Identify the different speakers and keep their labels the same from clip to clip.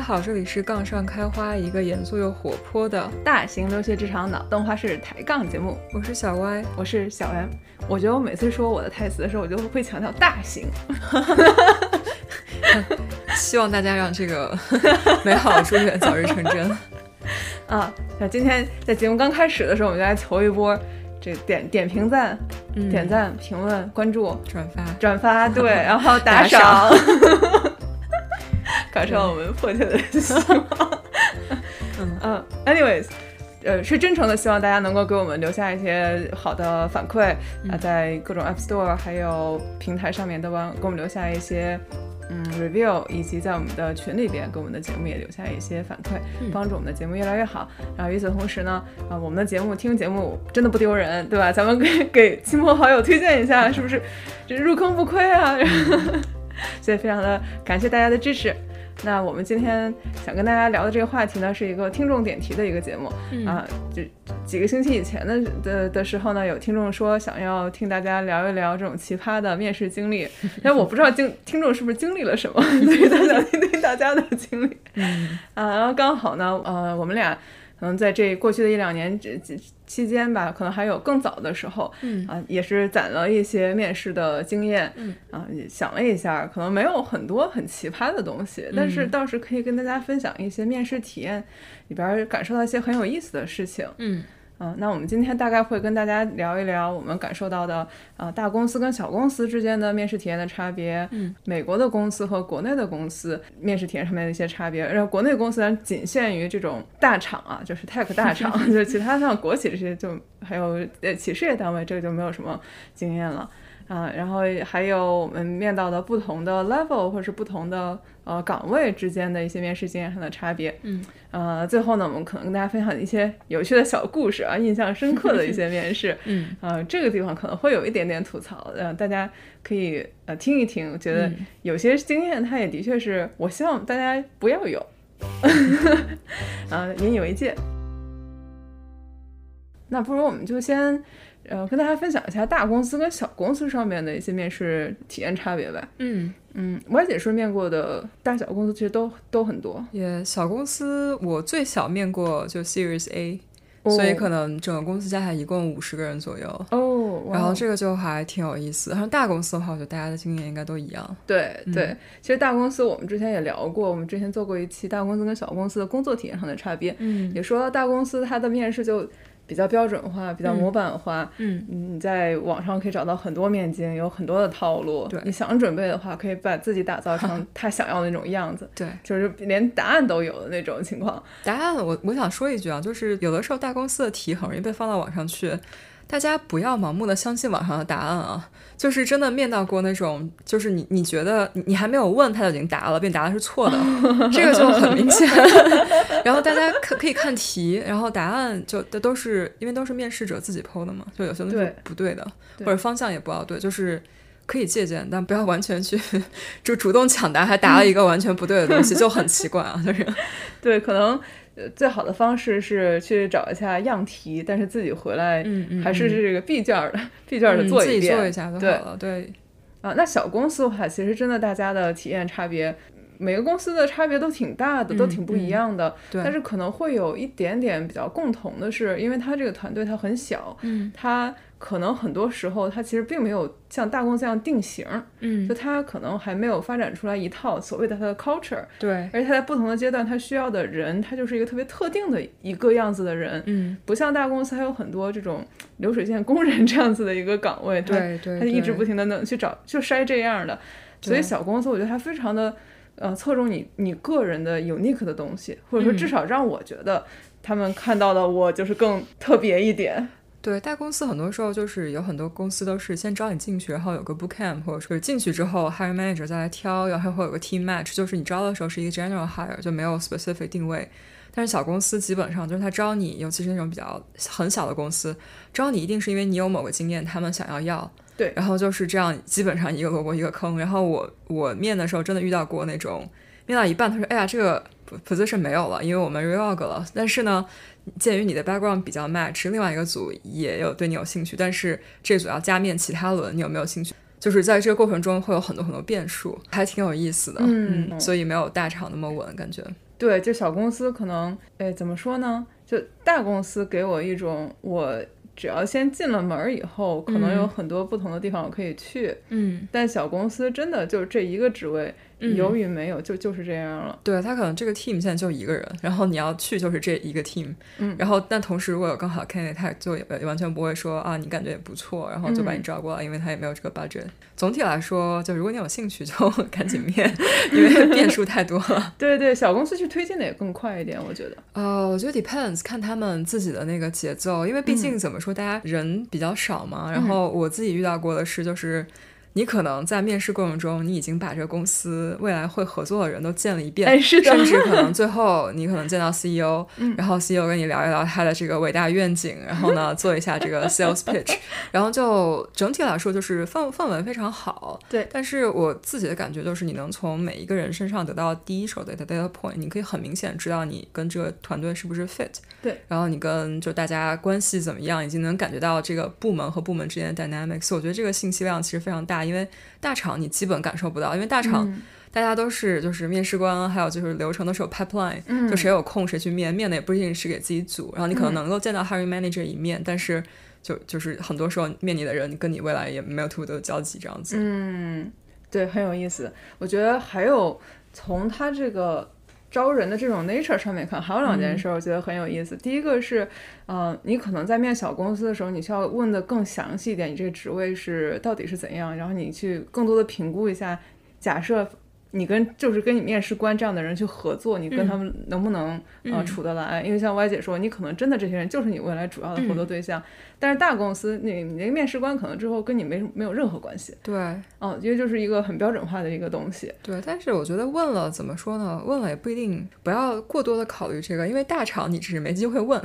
Speaker 1: 好，这里是《杠上开花》，一个严肃又活泼的，
Speaker 2: 大型留学职场脑洞花式抬杠节目，
Speaker 1: 我是小歪。
Speaker 2: 我是小 M。我觉得我每次说我的台词的时候，我就会强调大型。
Speaker 1: 希望大家让这个 美好的祝愿早日成 真。
Speaker 2: 啊，那今天在节目刚开始的时候，我们就来求一波这点点评赞、
Speaker 1: 嗯
Speaker 2: 点赞、评论、关注、
Speaker 1: 转发，
Speaker 2: 转 发，对，然后打
Speaker 1: 打
Speaker 2: 赏，搞上我们迫切的希望。
Speaker 1: 嗯
Speaker 2: 嗯，anyways。呃，是真诚的，希望大家能够给我们留下一些好的反馈啊、
Speaker 1: 嗯
Speaker 2: 在各种 App Store 还有平台上面都帮给我们留下一些嗯 review，以及在我们的群里边给我们的节目也留下一些反馈，
Speaker 1: 嗯
Speaker 2: 帮助我们的节目越来越好。然后与此同时呢，啊，我们的节目听节目真的不丢人，对吧？咱们给给亲朋好友推荐一下，是不是？这入坑不亏啊！
Speaker 1: 嗯
Speaker 2: 所以非常的感谢大家的支持。那我们今天想跟大家聊的这个话题呢，是一个听众点题的一个节目、
Speaker 1: 嗯
Speaker 2: 啊。这几个星期以前的的的时候呢，有听众说想要听大家聊一聊这种奇葩的面试经 历，但我不知道经听众是不是经历了什么， 所以他想听听大家的经历。
Speaker 1: 嗯
Speaker 2: 啊，然后刚好呢，呃，我们俩可能在这过去的一两年这这期间吧，可能还有更早的时候，
Speaker 1: 嗯
Speaker 2: 啊，也是攒了一些面试的经验，
Speaker 1: 嗯，
Speaker 2: 啊，也想了一下，可能没有很多很奇葩的东西，但是
Speaker 1: 嗯
Speaker 2: 倒是可以跟大家分享一些面试体验里边儿感受到一些很有意思的事情。
Speaker 1: 嗯
Speaker 2: 啊，那我们今天大概会跟大家聊一聊我们感受到的，呃，大公司跟小公司之间的面试体验的差别，
Speaker 1: 嗯，
Speaker 2: 美国的公司和国内的公司面试体验上面的一些差别。然后国内公司当然仅限于这种大厂啊，就是 tech 大厂，就是其他像国企这些就还有呃企事业单位，这个就没有什么经验了。啊，然后还有我们面到的不同的 level 或者是不同的呃岗位之间的一些面试经验上的差别，
Speaker 1: 嗯，
Speaker 2: 呃，最后呢，我们可能跟大家分享一些有趣的小故事 啊，印象深刻的一些面试，
Speaker 1: 嗯，
Speaker 2: 呃，这个地方可能会有一点点吐槽，呃，大家可以呃听一听，觉得
Speaker 1: 嗯
Speaker 2: 有些经验，它也的确是我希望大家不要有， 啊，引以为戒。那不如我们就先，呃，跟大家分享一下大公司跟小公司上面的一些面试体验差别吧。
Speaker 1: 嗯，
Speaker 2: 嗯，歪姐说面过的大小公司其实都都很多，
Speaker 1: 也小公司，我最小面过就 Series A，、所以可能整个公司加起来一共五十个人左右。
Speaker 2: 哦，哇
Speaker 1: 然后这个就还挺有意思。然后大公司的话，我觉得大家的经验应该都一样。
Speaker 2: 对
Speaker 1: 嗯
Speaker 2: 对，其实大公司我们之前也聊过，我们之前做过一期大公司跟小公司的工作体验上的差别，
Speaker 1: 嗯
Speaker 2: 也说到大公司它的面试就比较标准化，比较模板化。
Speaker 1: 嗯
Speaker 2: 嗯你在网上可以找到很多面经，有很多的套路。
Speaker 1: 对
Speaker 2: 你想准备的话，可以把自己打 造成他想要的那种样子，
Speaker 1: 对，
Speaker 2: 就是连答案都有的那种情况。
Speaker 1: 答案我我想说一句啊，就是有的时候大公司的题很容易被放到网上去，大家不要盲目的相信网上的答案啊。就是真的面到过那种，就是你你觉得你你还没有问他就已经答了，并答的是错的，这个就很明显。 然后大家可可以看题，然后答案就都都是因为都是面试者自己剖的嘛，就有些东西
Speaker 2: 对
Speaker 1: 是不对的，
Speaker 2: 对
Speaker 1: 或者方向也不好对，就是。可以借鉴，但不要完全去 就主动抢答，还答了一个完全不对的东西，就很奇怪啊！就是，
Speaker 2: 对，可能呃最好的方式是去找一下样题，但是自己回来
Speaker 1: 嗯嗯
Speaker 2: 还是
Speaker 1: 嗯
Speaker 2: 这个 B 卷儿的 B 卷儿的
Speaker 1: 嗯
Speaker 2: 做
Speaker 1: 自
Speaker 2: 一
Speaker 1: 己
Speaker 2: 遍，
Speaker 1: 做一下就
Speaker 2: 对
Speaker 1: 好了。对，
Speaker 2: 啊，那小公司的话，其实真的大家的体验差别，每个公司的差别都挺大的，都
Speaker 1: 嗯
Speaker 2: 挺不一样的。
Speaker 1: 对
Speaker 2: 但是可能会有一点点比较共同的是，因为它这个团队它很小，
Speaker 1: 嗯
Speaker 2: 它可能很多时候它其实并没有像大公司一样定型，就
Speaker 1: 嗯，
Speaker 2: 它可能还没有发展出来一套所谓的它的 culture，
Speaker 1: 对，
Speaker 2: 而且它在不同的阶段，它需要的人，他就是一个特别特定的一个样子的人。
Speaker 1: 嗯，
Speaker 2: 不像大公司，还有很多这种流水线工人这样子的一个岗位，它
Speaker 1: 对对，
Speaker 2: 他就一直
Speaker 1: 对
Speaker 2: 不停的能去找，就筛这样的。所以
Speaker 1: 对
Speaker 2: 小公司，我觉得它非常的，呃，侧重你你个人的 unique 的东西，或者说
Speaker 1: 嗯
Speaker 2: 至少让我觉得他们看到了我就是更特别一点。
Speaker 1: 对大公司很多时候就是有很多公司都是先招你进去，然后有个 boot camp，或者说进去之后 hire manager 再来挑，然后会有个 team match，就是你招的时候是一个 general hire，就没有 specific 定位。但是小公司基本上就是他招你，尤其是那种比较很小的公司，招你一定是因为你有某个经验，他们想要要。
Speaker 2: 对
Speaker 1: 然后就是这样，基本上一个萝卜一个坑。然后我我面的时候真的遇到过那种，面到一半他说：“哎呀，这个 position 没有了，因为我们 relog 了。”但是呢，鉴于你的 background 比较 match，另外一个组也有对你有兴趣，但是这组要加面其他轮，你有没有兴趣？就是在这个过程中会有很多很多变数，还挺有意思的。
Speaker 2: 嗯
Speaker 1: 所以没有大厂那么稳，感觉。
Speaker 2: 对，就小公司可能，哎，怎么说呢？就大公司给我一种，我只要先进了门儿以后，可能有
Speaker 1: 嗯
Speaker 2: 很多不同的地方我可以去。
Speaker 1: 嗯，
Speaker 2: 但小公司真的就是这一个职位，
Speaker 1: 嗯
Speaker 2: 有与没有就就是这样了。
Speaker 1: 对他可能这个 team 现在就一个人，然后你要去就是这一个 team，
Speaker 2: 嗯
Speaker 1: 然后但同时如果有更好的 candidate，他就也也完全不会说啊你感觉也不错，然后就把你
Speaker 2: 嗯
Speaker 1: 招过来，因为他也没有这个 budget。总体来说，就如果你有兴趣就 赶紧面，因为变数太多了。
Speaker 2: 对对，小公司去推进的也更快一点，我觉得。
Speaker 1: 呃，我觉得 depends 看他们自己的那个节奏，因为毕
Speaker 2: 嗯
Speaker 1: 竟怎么说，大家人比较少嘛。然后我自己遇到过的是就是。你可能在面试过程中，你已经把这个公司未来会合作的人都见了一遍，
Speaker 2: 哎，是的，
Speaker 1: 甚至可能最后你可能见到 CEO，、
Speaker 2: 嗯
Speaker 1: 然后 CEO 跟你聊一聊他的这个伟大愿景，然后呢做一下这个 sales pitch，然后就整体来说就是氛氛围非常好。
Speaker 2: 对
Speaker 1: 但是我自己的感觉就是，你能从每一个人身上得到第一手的 data point，你可以很明显知道你跟这个团队是不是 fit。
Speaker 2: 对，
Speaker 1: 然后你跟就大家关系怎么样，已经能感觉到这个部门和部门之间的 dynamics。我觉得这个信息量其实非常大，因为大厂你基本感受不到，因为大厂
Speaker 2: 嗯
Speaker 1: 大家都是就是面试官，还有就是流程都是有 pipeline，、
Speaker 2: 嗯
Speaker 1: 就谁有空谁去面，面的也不一定是给自己组，然后你可能能够见到 hiring manager 一面，但是就就是很多时候面你的人跟你未来也没有特别多的交集这样子。
Speaker 2: 嗯，对，很有意思。我觉得还有从他这个招人的这种 nature 上面看，还有两件事儿我觉得很有意思。第一个是，呃，你可能在面小公司的时候，你需要问的更详细一点，你这个职位是到底是怎样，然后你去更多的评估一下，假设。你跟就是跟你面试官这样的人去合作，你跟他们能不能、呃
Speaker 1: 嗯
Speaker 2: 处得来？因为像歪姐说，你可能真的这些人就是你未来主要的合作对象，但是大公司你你那个面试官可能之后跟你没什么没有任何关系。
Speaker 1: 对
Speaker 2: 嗯，因为就是一个很标准化的一个东西。
Speaker 1: 对，但是我觉得问了怎么说呢？问了也不一定不要过多的考虑这个，因为大厂你只是没机会问。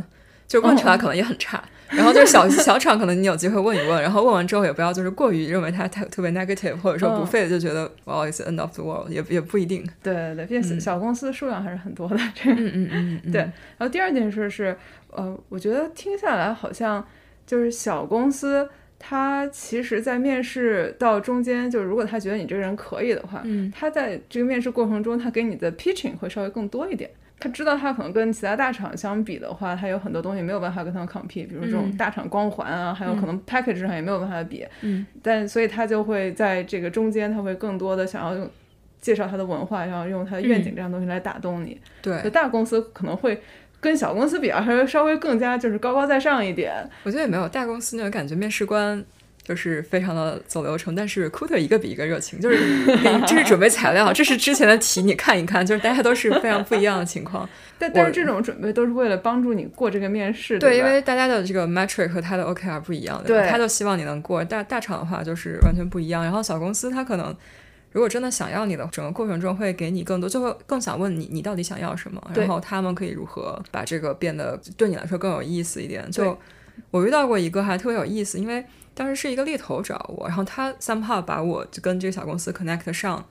Speaker 1: 就问出来可能也很
Speaker 2: 哦
Speaker 1: 差，然后就是 小小厂可能你有机会问一问，然后问完之后也不要就是过于认为它太特别 negative，或者说不
Speaker 2: 嗯
Speaker 1: fit 就觉得 wow it's the end of the world，也也不一定。
Speaker 2: 对对对，并且
Speaker 1: 嗯
Speaker 2: 小公司数量还是很多的。这个，
Speaker 1: 嗯嗯嗯嗯，
Speaker 2: 对然后第二件事是，呃，我觉得听下来好像就是小公司，他其实在面试到中间，就是如果他觉得你这个人可以的话，
Speaker 1: 嗯
Speaker 2: 他在这个面试过程中，他给你的 pitching 会稍微更多一点。他知道他可能跟其他大厂相比的话，他有很多东西没有办法跟他们 compete，比如这种
Speaker 1: 嗯
Speaker 2: 大厂光环啊，还有可能 package 上也没有办法比。
Speaker 1: 嗯，
Speaker 2: 但所以他就会在这个中间，他会更多的想要用介绍他的文化，然后用他的愿景这样东西来打动你。
Speaker 1: 嗯对
Speaker 2: 就，大公司可能会跟小公司比啊，还是稍微更加就是高高在上一点。
Speaker 1: 我觉得也没有大公司那种感觉，面试官就是非常的走流程，但是 recruiter 一个比一个热情，就是你 这是准备材料，这是之前的题，你看一看，就是大家都是非常不一样的情 况。
Speaker 2: 但但
Speaker 1: 我
Speaker 2: 是这种准备都是为了帮助你过这个面试，
Speaker 1: 对，因
Speaker 2: 吧
Speaker 1: 为大家的这个 metric 和他的 OKR 不一样，吧
Speaker 2: 对
Speaker 1: 他就希望你能过。大大厂的话就是完全不一样，然后小公司他可能。如果真的想要你的，整个过程中会给你更多，就会更想问你，你到底想要什么，
Speaker 2: 对
Speaker 1: 然后他们可以如何把这个变得对你来说更有意思一点。
Speaker 2: 对
Speaker 1: 就我遇到过一个还特别有意思，因为当时是一个猎头找我，然后他 somehow 把我就跟这个小公司 connect 上，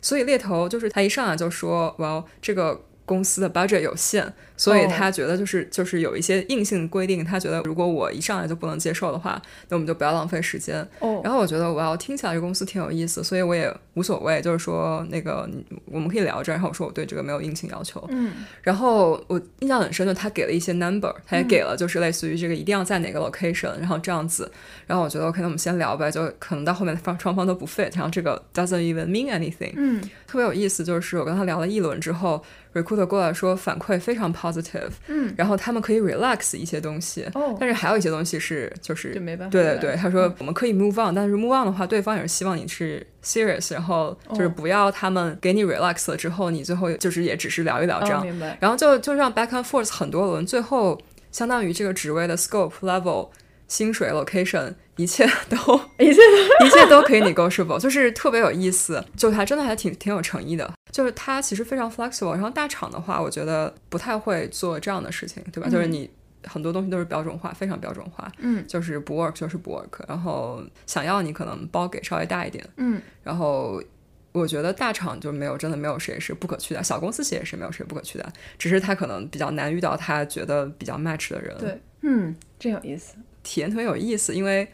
Speaker 1: 所以猎头就是他一上来就说，哇，哦这个公司的 budget 有限，所以
Speaker 2: 哦
Speaker 1: 他觉得就是、就是有一些硬性规定，他觉得如果我一上来就不能接受的话，那我们就不要浪费时间。
Speaker 2: 哦，
Speaker 1: 然后我觉得哇，听起来这公司挺有意思，所以我也无所谓，就是说那个你我们可以聊着。然后我说我对这个没有硬性要求。
Speaker 2: 嗯
Speaker 1: 然后我印象很深，就他给了一些 number，他也给了就是类似于这个一定要在哪个 location，、然后这样子。然后我觉得 OK，那我们先聊呗，就可能到后面双双方都不 fit，然后这个 doesn't even mean anything。
Speaker 2: 嗯
Speaker 1: 特别有意思，就是我跟他聊了一轮之后，recruiter 过来说反馈非常 positive，
Speaker 2: 嗯，
Speaker 1: 然后他们可以 relax 一些东西，
Speaker 2: 哦，
Speaker 1: 但是还有一些东西是就是
Speaker 2: 就没办法嗯
Speaker 1: 对对
Speaker 2: relax
Speaker 1: 对，他说我们可以 move on，但是 move on 的话，对方也是希望你是 serious，然后就是
Speaker 2: 哦
Speaker 1: 不要他们给你 relax 了之后，你最后就是也只是聊一聊这
Speaker 2: 哦
Speaker 1: 样，
Speaker 2: 明白，
Speaker 1: 然后就就让 back and forth 很多轮，最后相当于这个职位的 scope level。薪水、location，一切都
Speaker 2: 一切都
Speaker 1: 一切都可以 negotiable，就是特别有意思，就还真的还挺挺有诚意的。就是它其实非常 flexible，然后大厂的话，我觉得不太会做这样的事情，对吧？就是你很多东西都是标准化，非常标准化，
Speaker 2: 嗯
Speaker 1: 就是不 work 就是不 work，然后想要你可能包给稍微大一点，
Speaker 2: 嗯
Speaker 1: 然后。我觉得大厂就没有，真的没有谁是不可去的。小公司其实也是没有谁不可去的，只是他可能比较难遇到他觉得比较 match 的人。
Speaker 2: 对，嗯，真有意思。
Speaker 1: 体验特别有意思，因为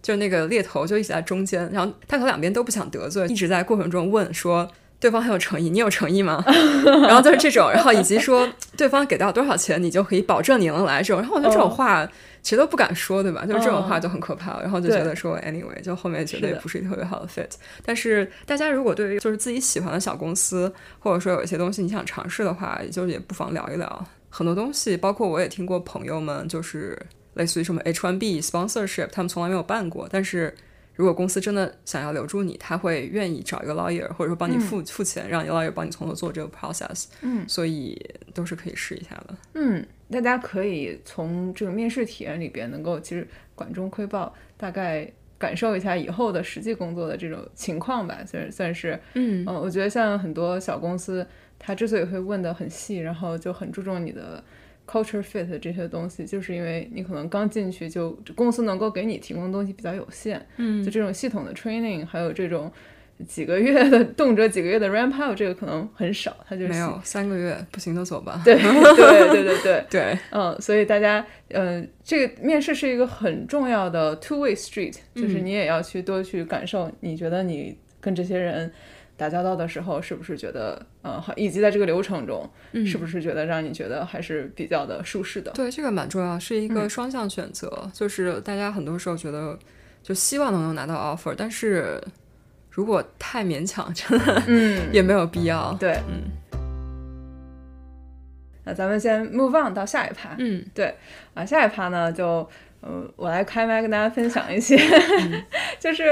Speaker 1: 就那个猎头就一直在中间，然后他和两边都不想得罪，一直在过程中问说对方很有诚意，你有诚意吗？ 然后就是这种，然后以及说对方给到多少钱，你就可以保证你能来这种。然后我觉得这种话谁都不敢说，对吧？就是这种话就很可怕。然后就觉得说，anyway，就后面觉得也不是一个特别好的 fit。但是大家如果对于就是自己喜欢的小公司，或者说有一些东西你想尝试的话，也就是也不妨聊一聊。很多东西，包括我也听过朋友们，就是类似于什么 H1B sponsorship，他们从来没有办过，但是。如果公司真的想要留住你，他会愿意找一个 lawyer，或者说帮你付、
Speaker 2: 嗯、
Speaker 1: 付钱，让一个 lawyer 帮你从头做这个 process。
Speaker 2: 嗯，
Speaker 1: 所以都是可以试一下的。
Speaker 2: 嗯，大家可以从这个面试体验里边，能够其实管中窥豹，大概感受一下以后的实际工作的这种情况吧，算算是。
Speaker 1: 嗯、
Speaker 2: 呃，我觉得像很多小公司，他之所以会问的很细，然后就很注重你的。culture fit 这些东西，就是因为你可能刚进去就公司能够给你提供的东西比较有限，
Speaker 1: 嗯，
Speaker 2: 就这种系统的 training，还有这种几个月的 动辄几个月的 ramp up，这个可能很少，它就是
Speaker 1: 没有三个月不行就走吧，
Speaker 2: 对 对对对对
Speaker 1: 对，
Speaker 2: 嗯，所以大家嗯、呃，这个面试是一个很重要的 two way street，就是你也要去多去感受，你觉得你跟这些人。打交道的时候，是不是觉得呃，以及在这个流程中，
Speaker 1: 嗯、
Speaker 2: 是不是觉得让你觉得还是比较的舒适的？
Speaker 1: 对，这个蛮重要，是一个双向选择。嗯、就是大家很多时候觉得，就希望能够拿到 offer，但是如果太勉强，真的，
Speaker 2: 嗯，
Speaker 1: 也没有必要。
Speaker 2: 对，
Speaker 1: 嗯。
Speaker 2: 那咱们先 move on 到下一趴。
Speaker 1: 嗯，
Speaker 2: 对，啊，下一趴呢就。嗯，我来开麦跟大家分享一些，
Speaker 1: 嗯、
Speaker 2: 就是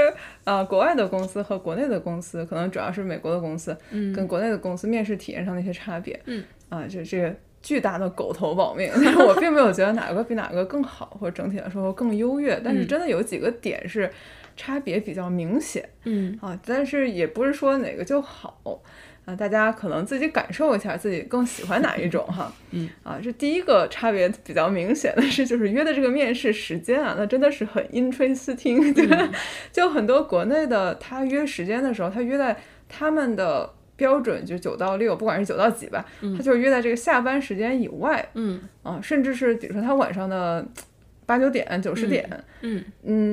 Speaker 2: 呃，国外的公司和国内的公司，可能主要是美国的公司，
Speaker 1: 嗯，
Speaker 2: 跟国内的公司面试体验上的一些差别，
Speaker 1: 嗯，
Speaker 2: 啊、呃，这这个巨大的狗头保命， 但是我并没有觉得哪个比哪个更好，或者整体来说更优越，
Speaker 1: 嗯
Speaker 2: 但是真的有几个点是差别比较明显，
Speaker 1: 嗯，
Speaker 2: 啊、呃，但是也不是说哪个就好，啊、呃，大家可能自己感受一下自己更喜欢哪一种哈。
Speaker 1: 嗯
Speaker 2: 啊，这第一个差别比较明显的是，就是约的这个面试时间啊，那真的是很因吹思听。对、
Speaker 1: 嗯，
Speaker 2: 就很多国内的他约时间的时候，他约在他们的标准就九到六，不管是九到几吧，
Speaker 1: 嗯、
Speaker 2: 他就是约在这个下班时间以外。
Speaker 1: 嗯
Speaker 2: 啊，甚至是比如说他晚上的八九点、九十点。
Speaker 1: 嗯
Speaker 2: 嗯。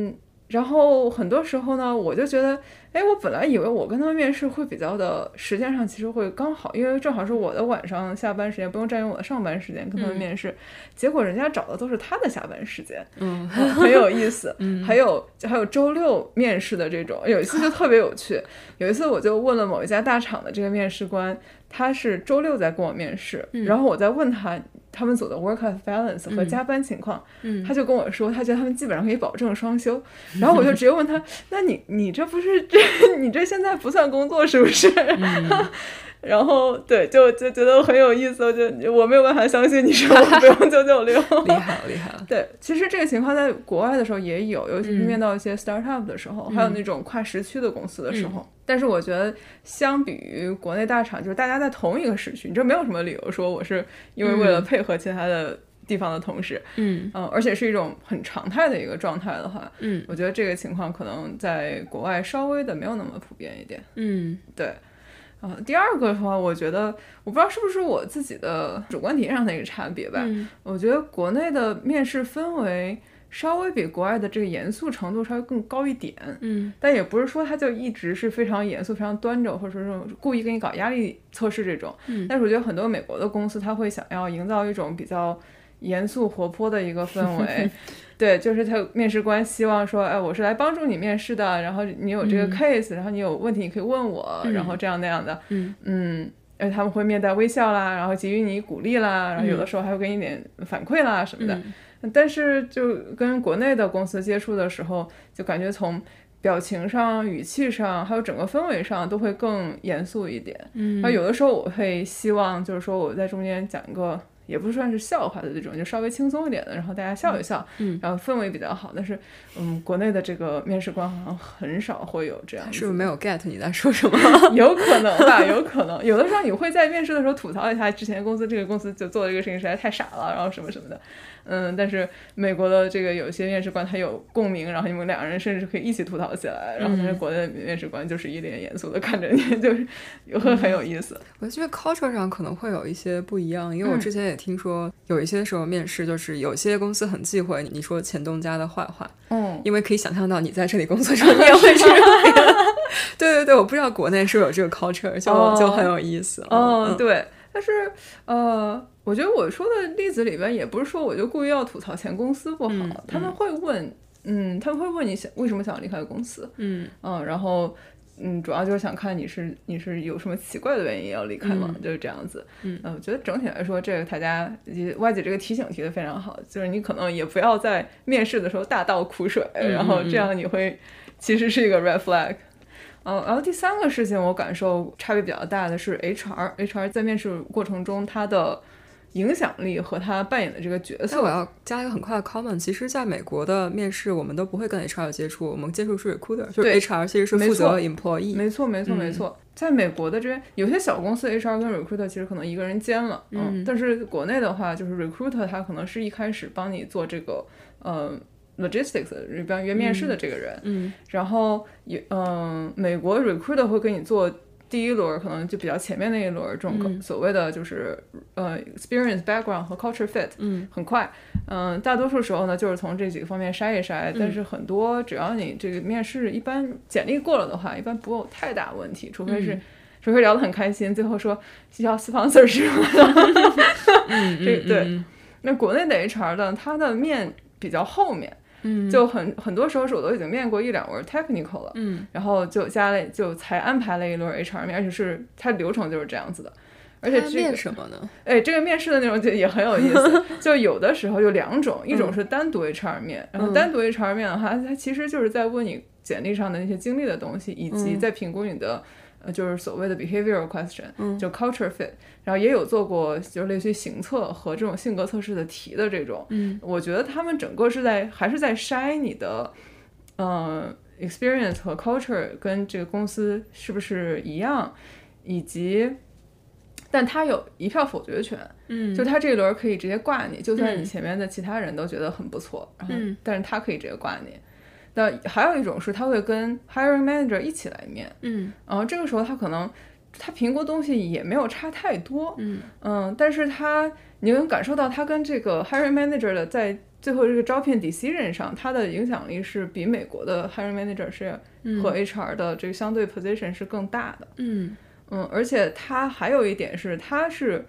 Speaker 2: 嗯然后很多时候呢，我就觉得，哎，我本来以为我跟他们面试会比较的时间上其实会刚好，因为正好是我的晚上下班时间，不用占用我的上班时间跟他们面试。
Speaker 1: 嗯、
Speaker 2: 结果人家找的都是他的下班时间，
Speaker 1: 嗯，
Speaker 2: 很有意思。
Speaker 1: 嗯、
Speaker 2: 还有还有周六面试的这种，有一次就特别有趣。有一次我就问了某一家大厂的这个面试官，他是周六在跟我面试，
Speaker 1: 嗯、
Speaker 2: 然后我在问他。他们组的 work-life balance 和加班情况，
Speaker 1: 嗯，
Speaker 2: 他就跟我说，他觉得他们基本上可以保证 双休。嗯、然后我就直接问他，那你你这不是这你这现在不算工作是不是？
Speaker 1: 嗯、
Speaker 2: 然后对，就就觉得很有意思，我就我没有办法相信你说我不用九九六，
Speaker 1: 厉害了厉害了。
Speaker 2: 对，其实这个情况在国外的时候也有，尤其是面到一些 startup 的时候，
Speaker 1: 嗯、
Speaker 2: 还有那种跨时区的公司的时候。但是我觉得，相比于国内大厂，就是大家在同一个时区，你这没有什么理由说我是因为为了配合其他的地方的同事，
Speaker 1: 嗯
Speaker 2: 嗯、呃，而且是一种很常态的一个状态的话，
Speaker 1: 嗯，
Speaker 2: 我觉得这个情况可能在国外稍微的没有那么普遍一点，
Speaker 1: 嗯，
Speaker 2: 对。啊、呃，第二个的话，我觉得我不知道是不是我自己的主观体验上的一个差别吧，
Speaker 1: 嗯、
Speaker 2: 我觉得国内的面试氛围。稍微比国外的这个严肃程度稍微更高一点，
Speaker 1: 嗯，
Speaker 2: 但也不是说他就一直是非常严肃、非常端着，或者说这种故意给你搞压力测试这种。
Speaker 1: 嗯，
Speaker 2: 但是我觉得很多美国的公司他会想要营造一种比较严肃、活泼的一个氛 围，对，就是他面试官希望说，哎，我是来帮助你面试的，然后你有这个 case，、
Speaker 1: 嗯、
Speaker 2: 然后你有问题你可以问我，
Speaker 1: 嗯、
Speaker 2: 然后这样那样的，
Speaker 1: 嗯
Speaker 2: 嗯。而且他们会面带微笑啦，然后给予你鼓励啦，然后有的时候还会给你点反馈啦什么的。
Speaker 1: 嗯
Speaker 2: 但是就跟国内的公司接触的时候，就感觉从表情上、语气上，还有整个氛围上都会更严肃一点。
Speaker 1: 嗯，
Speaker 2: 那有的时候我会希望，就是说我在中间讲一个，也不算是笑话的这种，就稍微轻松一点的，然后大家笑一笑，
Speaker 1: 嗯，
Speaker 2: 然后氛围比较好。但是，嗯，国内的这个面试官好像很少会有这样，
Speaker 1: 是不是没有 get 你在说什么？
Speaker 2: 有可能吧，有可能。有的时候你会在面试的时候吐槽一下之前公司这个公司就做这个事情实在太傻了，然后什么什么的。嗯，但是美国的这个有些面试官他有共鸣，然后你们两个人甚至可以一起吐槽起来。然后但是国内的面试官就是一脸严肃的看着你，就是会很有意思。
Speaker 1: 我觉得 culture 上可能会有一些不一样，因为我之前也听说，有一些时候面试就是有些公司很忌讳你说前东家的坏话，
Speaker 2: 嗯，
Speaker 1: 因为可以想象到你在这里工作中你也会这样。 对对对，我不知道国内是不是有这个 culture，就、
Speaker 2: 哦
Speaker 1: 就很有意思。
Speaker 2: 嗯，
Speaker 1: 嗯，
Speaker 2: 对，但是呃，我觉得我说的例子里边也不是说我就故意要吐槽前公司不好，
Speaker 1: 嗯
Speaker 2: 他们会问，嗯，他们会问你想为什么想离开公司，
Speaker 1: 嗯
Speaker 2: 嗯，然后嗯，主要就是想看你是你是有什么奇怪的原因要离开吗？就是这样子。
Speaker 1: 嗯
Speaker 2: 呃，我觉得整体来说，这个大家也外姐这个提醒提的非常好，就是你可能也不要在面试的时候大倒苦水，然后这样你会其实是一个 red flag。嗯，然后第三个事情，我感受差别比较大的是 HR，HR 在面试过程中它的影响力和他扮演的这个角
Speaker 1: 但我
Speaker 2: 色，
Speaker 1: 要加一个很快的 comment，其实，在美国的面试，我们都不会跟 HR 有接触，我们接触是 recruiter，就是
Speaker 2: 对
Speaker 1: HR 其实是
Speaker 2: 没
Speaker 1: 负责
Speaker 2: 错
Speaker 1: employee。
Speaker 2: 没错，没错，
Speaker 1: 嗯
Speaker 2: 没错。在美国的这边，有些小公司 HR 跟 recruiter 其实可能一个人兼了，嗯，但是国内的话，就是 recruiter 他可能是一开始帮你做这个，呃。logistics 比方约面试的这个人，
Speaker 1: 嗯，
Speaker 2: 然后也嗯、美国 recruiter 会给你做第一轮，可能就比较前面那一轮这种
Speaker 1: 嗯
Speaker 2: 个所谓的就是、呃 experience background 和 culture fit，
Speaker 1: 嗯，
Speaker 2: 很快，嗯、大多数时候呢就是从这几个方面筛一筛，
Speaker 1: 嗯
Speaker 2: 但是很多只要你这个面试一般简历过了的话，一般不会有太大问题，除非
Speaker 1: 嗯
Speaker 2: 是、除非聊得很开心，最后说需要 sponsor 是吗？
Speaker 1: 嗯
Speaker 2: 这
Speaker 1: 嗯
Speaker 2: 对
Speaker 1: 嗯
Speaker 2: 那国内的 HR 呢，它的面比较后面，
Speaker 1: 嗯，
Speaker 2: 就很很多时候是我都已经面过一两轮 technical 了，
Speaker 1: 嗯，
Speaker 2: 然后就加了就才安排了一轮 HR 面，而且是它流程就是这样子的，而且
Speaker 1: 他
Speaker 2: 这
Speaker 1: 面
Speaker 2: 个
Speaker 1: 什么呢？
Speaker 2: 哎这个面试的内容就也很有意思，就有的时候有两种，一种是单独 HR 面，然后单独 HR 面的话，它其实就是在问你简历上的那些经历的东西，以及在评估你的。呃，就是所谓的 behavioral question，、就 culture fit，然后也有做过就是类似于行测和这种性格测试的题的这种，
Speaker 1: 嗯，
Speaker 2: 我觉得他们整个是在还是在筛你的，呃，experience 和 culture 跟这个公司是不是一样，以及，但他有一票否决权，
Speaker 1: 嗯，
Speaker 2: 就他这一轮可以直接挂你，就算
Speaker 1: 嗯
Speaker 2: 你前面的其他人都觉得很不错，然后
Speaker 1: 嗯
Speaker 2: 但是他可以直接挂你。那还有一种是他会跟 hiring manager 一起来面，
Speaker 1: 嗯
Speaker 2: 然后这个时候他可能他评估东西也没有差太多，
Speaker 1: 嗯
Speaker 2: 嗯，但是他你能感受到他跟这个 hiring manager 的在最后这个招聘 decision 上，他的影响力是比美国的 hiring manager 是和 HR 的这个相对 position 是更大的，
Speaker 1: 嗯
Speaker 2: 嗯，而且他还有一点是，他是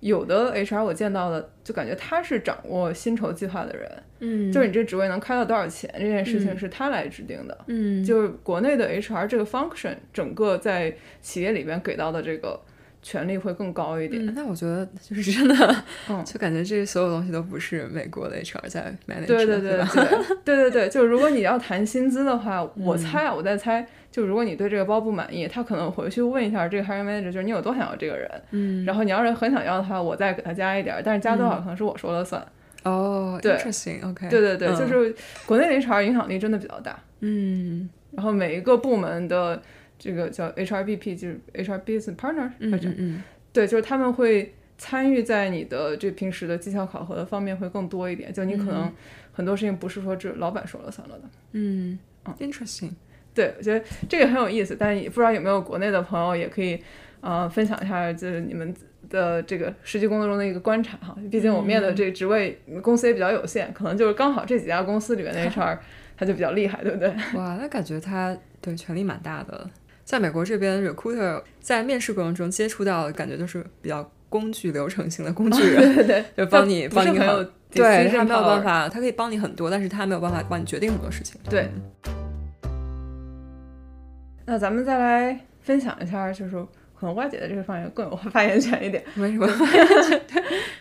Speaker 2: 有的 HR 我见到的就感觉他是掌握薪酬计划的人，
Speaker 1: 嗯，
Speaker 2: 就是你这职位能开到多少钱这件事情是他来制定的，
Speaker 1: 嗯
Speaker 2: 就是国内的 HR 这个 function 整个在企业里边给到的这个权利会更高一点。
Speaker 1: 嗯那我觉得就是真 的，
Speaker 2: 嗯
Speaker 1: 就感觉这所有东西都不是美国的 HR 在 manage，
Speaker 2: 对对
Speaker 1: 的
Speaker 2: 对
Speaker 1: 吧
Speaker 2: 对对对对，就是如果你要谈薪资的话，
Speaker 1: 嗯
Speaker 2: 我猜啊，我在猜，就如果你对这个包不满意，他可能回去问一下这个 hiring manager，就是你有多想要这个人，
Speaker 1: 嗯，
Speaker 2: 然后你要是很想要的话，我再给他加一点儿，但是加多少可能是我说了算。
Speaker 1: 哦、
Speaker 2: 对
Speaker 1: i n t e r e s t i n g o k
Speaker 2: 对对对，
Speaker 1: 嗯
Speaker 2: 就是国内的 HR 影响力真的比较大，
Speaker 1: 嗯
Speaker 2: 然后每一个部门的这个叫 HRBP，就是 HR Business Partner，
Speaker 1: 嗯
Speaker 2: 还是
Speaker 1: 嗯嗯
Speaker 2: 对，就是他们会参与在你的这平时的绩效考核的方面会更多一点，就你可能很多事情不是说只有老板说了算了的。
Speaker 1: 嗯
Speaker 2: 嗯
Speaker 1: ，interesting，
Speaker 2: 对，我觉得这个很有意思，但也不知道有没有国内的朋友也可以，呃，分享一下就是你们的这个实际工作中的一个观察哈。毕竟我面的
Speaker 1: 嗯
Speaker 2: 这个职位，公司也比较有限，可能就是刚好这几家公司里面的 HR 他就比较厉害，对不对？
Speaker 1: 哇，那感觉他对权力蛮大的。在美国这边，recruiter 在面试过程中接触到的感觉就是比较工具流程型的工具人，
Speaker 2: 对对，
Speaker 1: 就帮你
Speaker 2: 不
Speaker 1: 帮
Speaker 2: 是
Speaker 1: 你
Speaker 2: 很
Speaker 1: 好
Speaker 2: 有
Speaker 1: 对
Speaker 2: decision
Speaker 1: 他没有
Speaker 2: power
Speaker 1: 办。法，他可以帮你很多，但是他没有办法帮你决定很多事 情。
Speaker 2: 对，那咱们再来分享一下，就是可能歪姐的这个方面更有发言权一点，
Speaker 1: 为什么？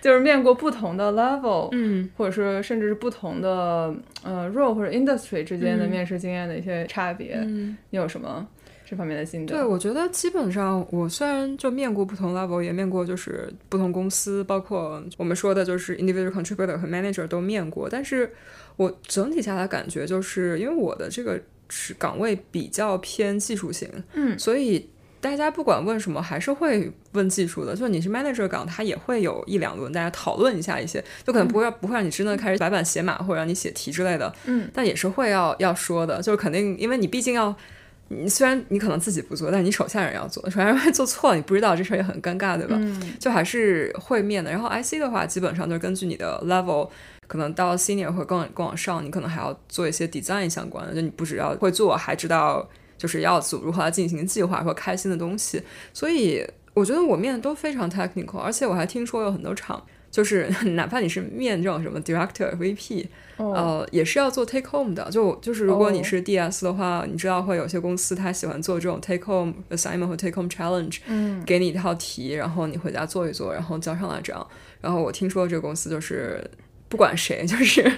Speaker 2: 就是面过不同的 level，
Speaker 1: 嗯
Speaker 2: 或者说甚至是不同的呃 role 或者 industry 之间的面试经验的一些差别，
Speaker 1: 嗯。
Speaker 2: 你有什么这方面的心得？
Speaker 1: 对，我觉得基本上，我虽然就面过不同 level，也面过就是不同公司，包括我们说的就是 individual contributor 和 manager 都面过，但是我整体下来感觉就是因为我的这个职岗位比较偏技术型，
Speaker 2: 嗯
Speaker 1: 所以。大家不管问什么，还是会问技术的。就你是 manager 岗，它也会有一两轮大家讨论一下一些，就可能不会不会让你真的开始白板写码或者让你写题之类的，
Speaker 2: 嗯，
Speaker 1: 但也是会要要说的。就是肯定，因为你毕竟要你虽然你可能自己不做，但你手下人要做，手下人万一 做错了，你不知道这事儿也很尴尬，对吧？
Speaker 2: 嗯
Speaker 1: 就还是会面的。然后 IC 的话，基本上就是根据你的 level，可能到 senior 或者更更往上，你可能还要做一些 design 相关的，就你不只要会做，还知道。就是要组如何进行计划和开心的东西。所以我觉得我面的都非常 technical，而且我还听说有很多场。就是哪怕你是面这种什么 director、VP，、
Speaker 2: 哦
Speaker 1: 呃，也是要做 take home 的。就就是如果你
Speaker 2: 哦
Speaker 1: 是 DS 的话，你知道会有些公司他喜欢做这种 take home assignment 和 take home challenge，
Speaker 2: 嗯，
Speaker 1: 给你一套题，然后你回家做一做，然后交上来这样。然后我听说这个公司就是不管谁， 就是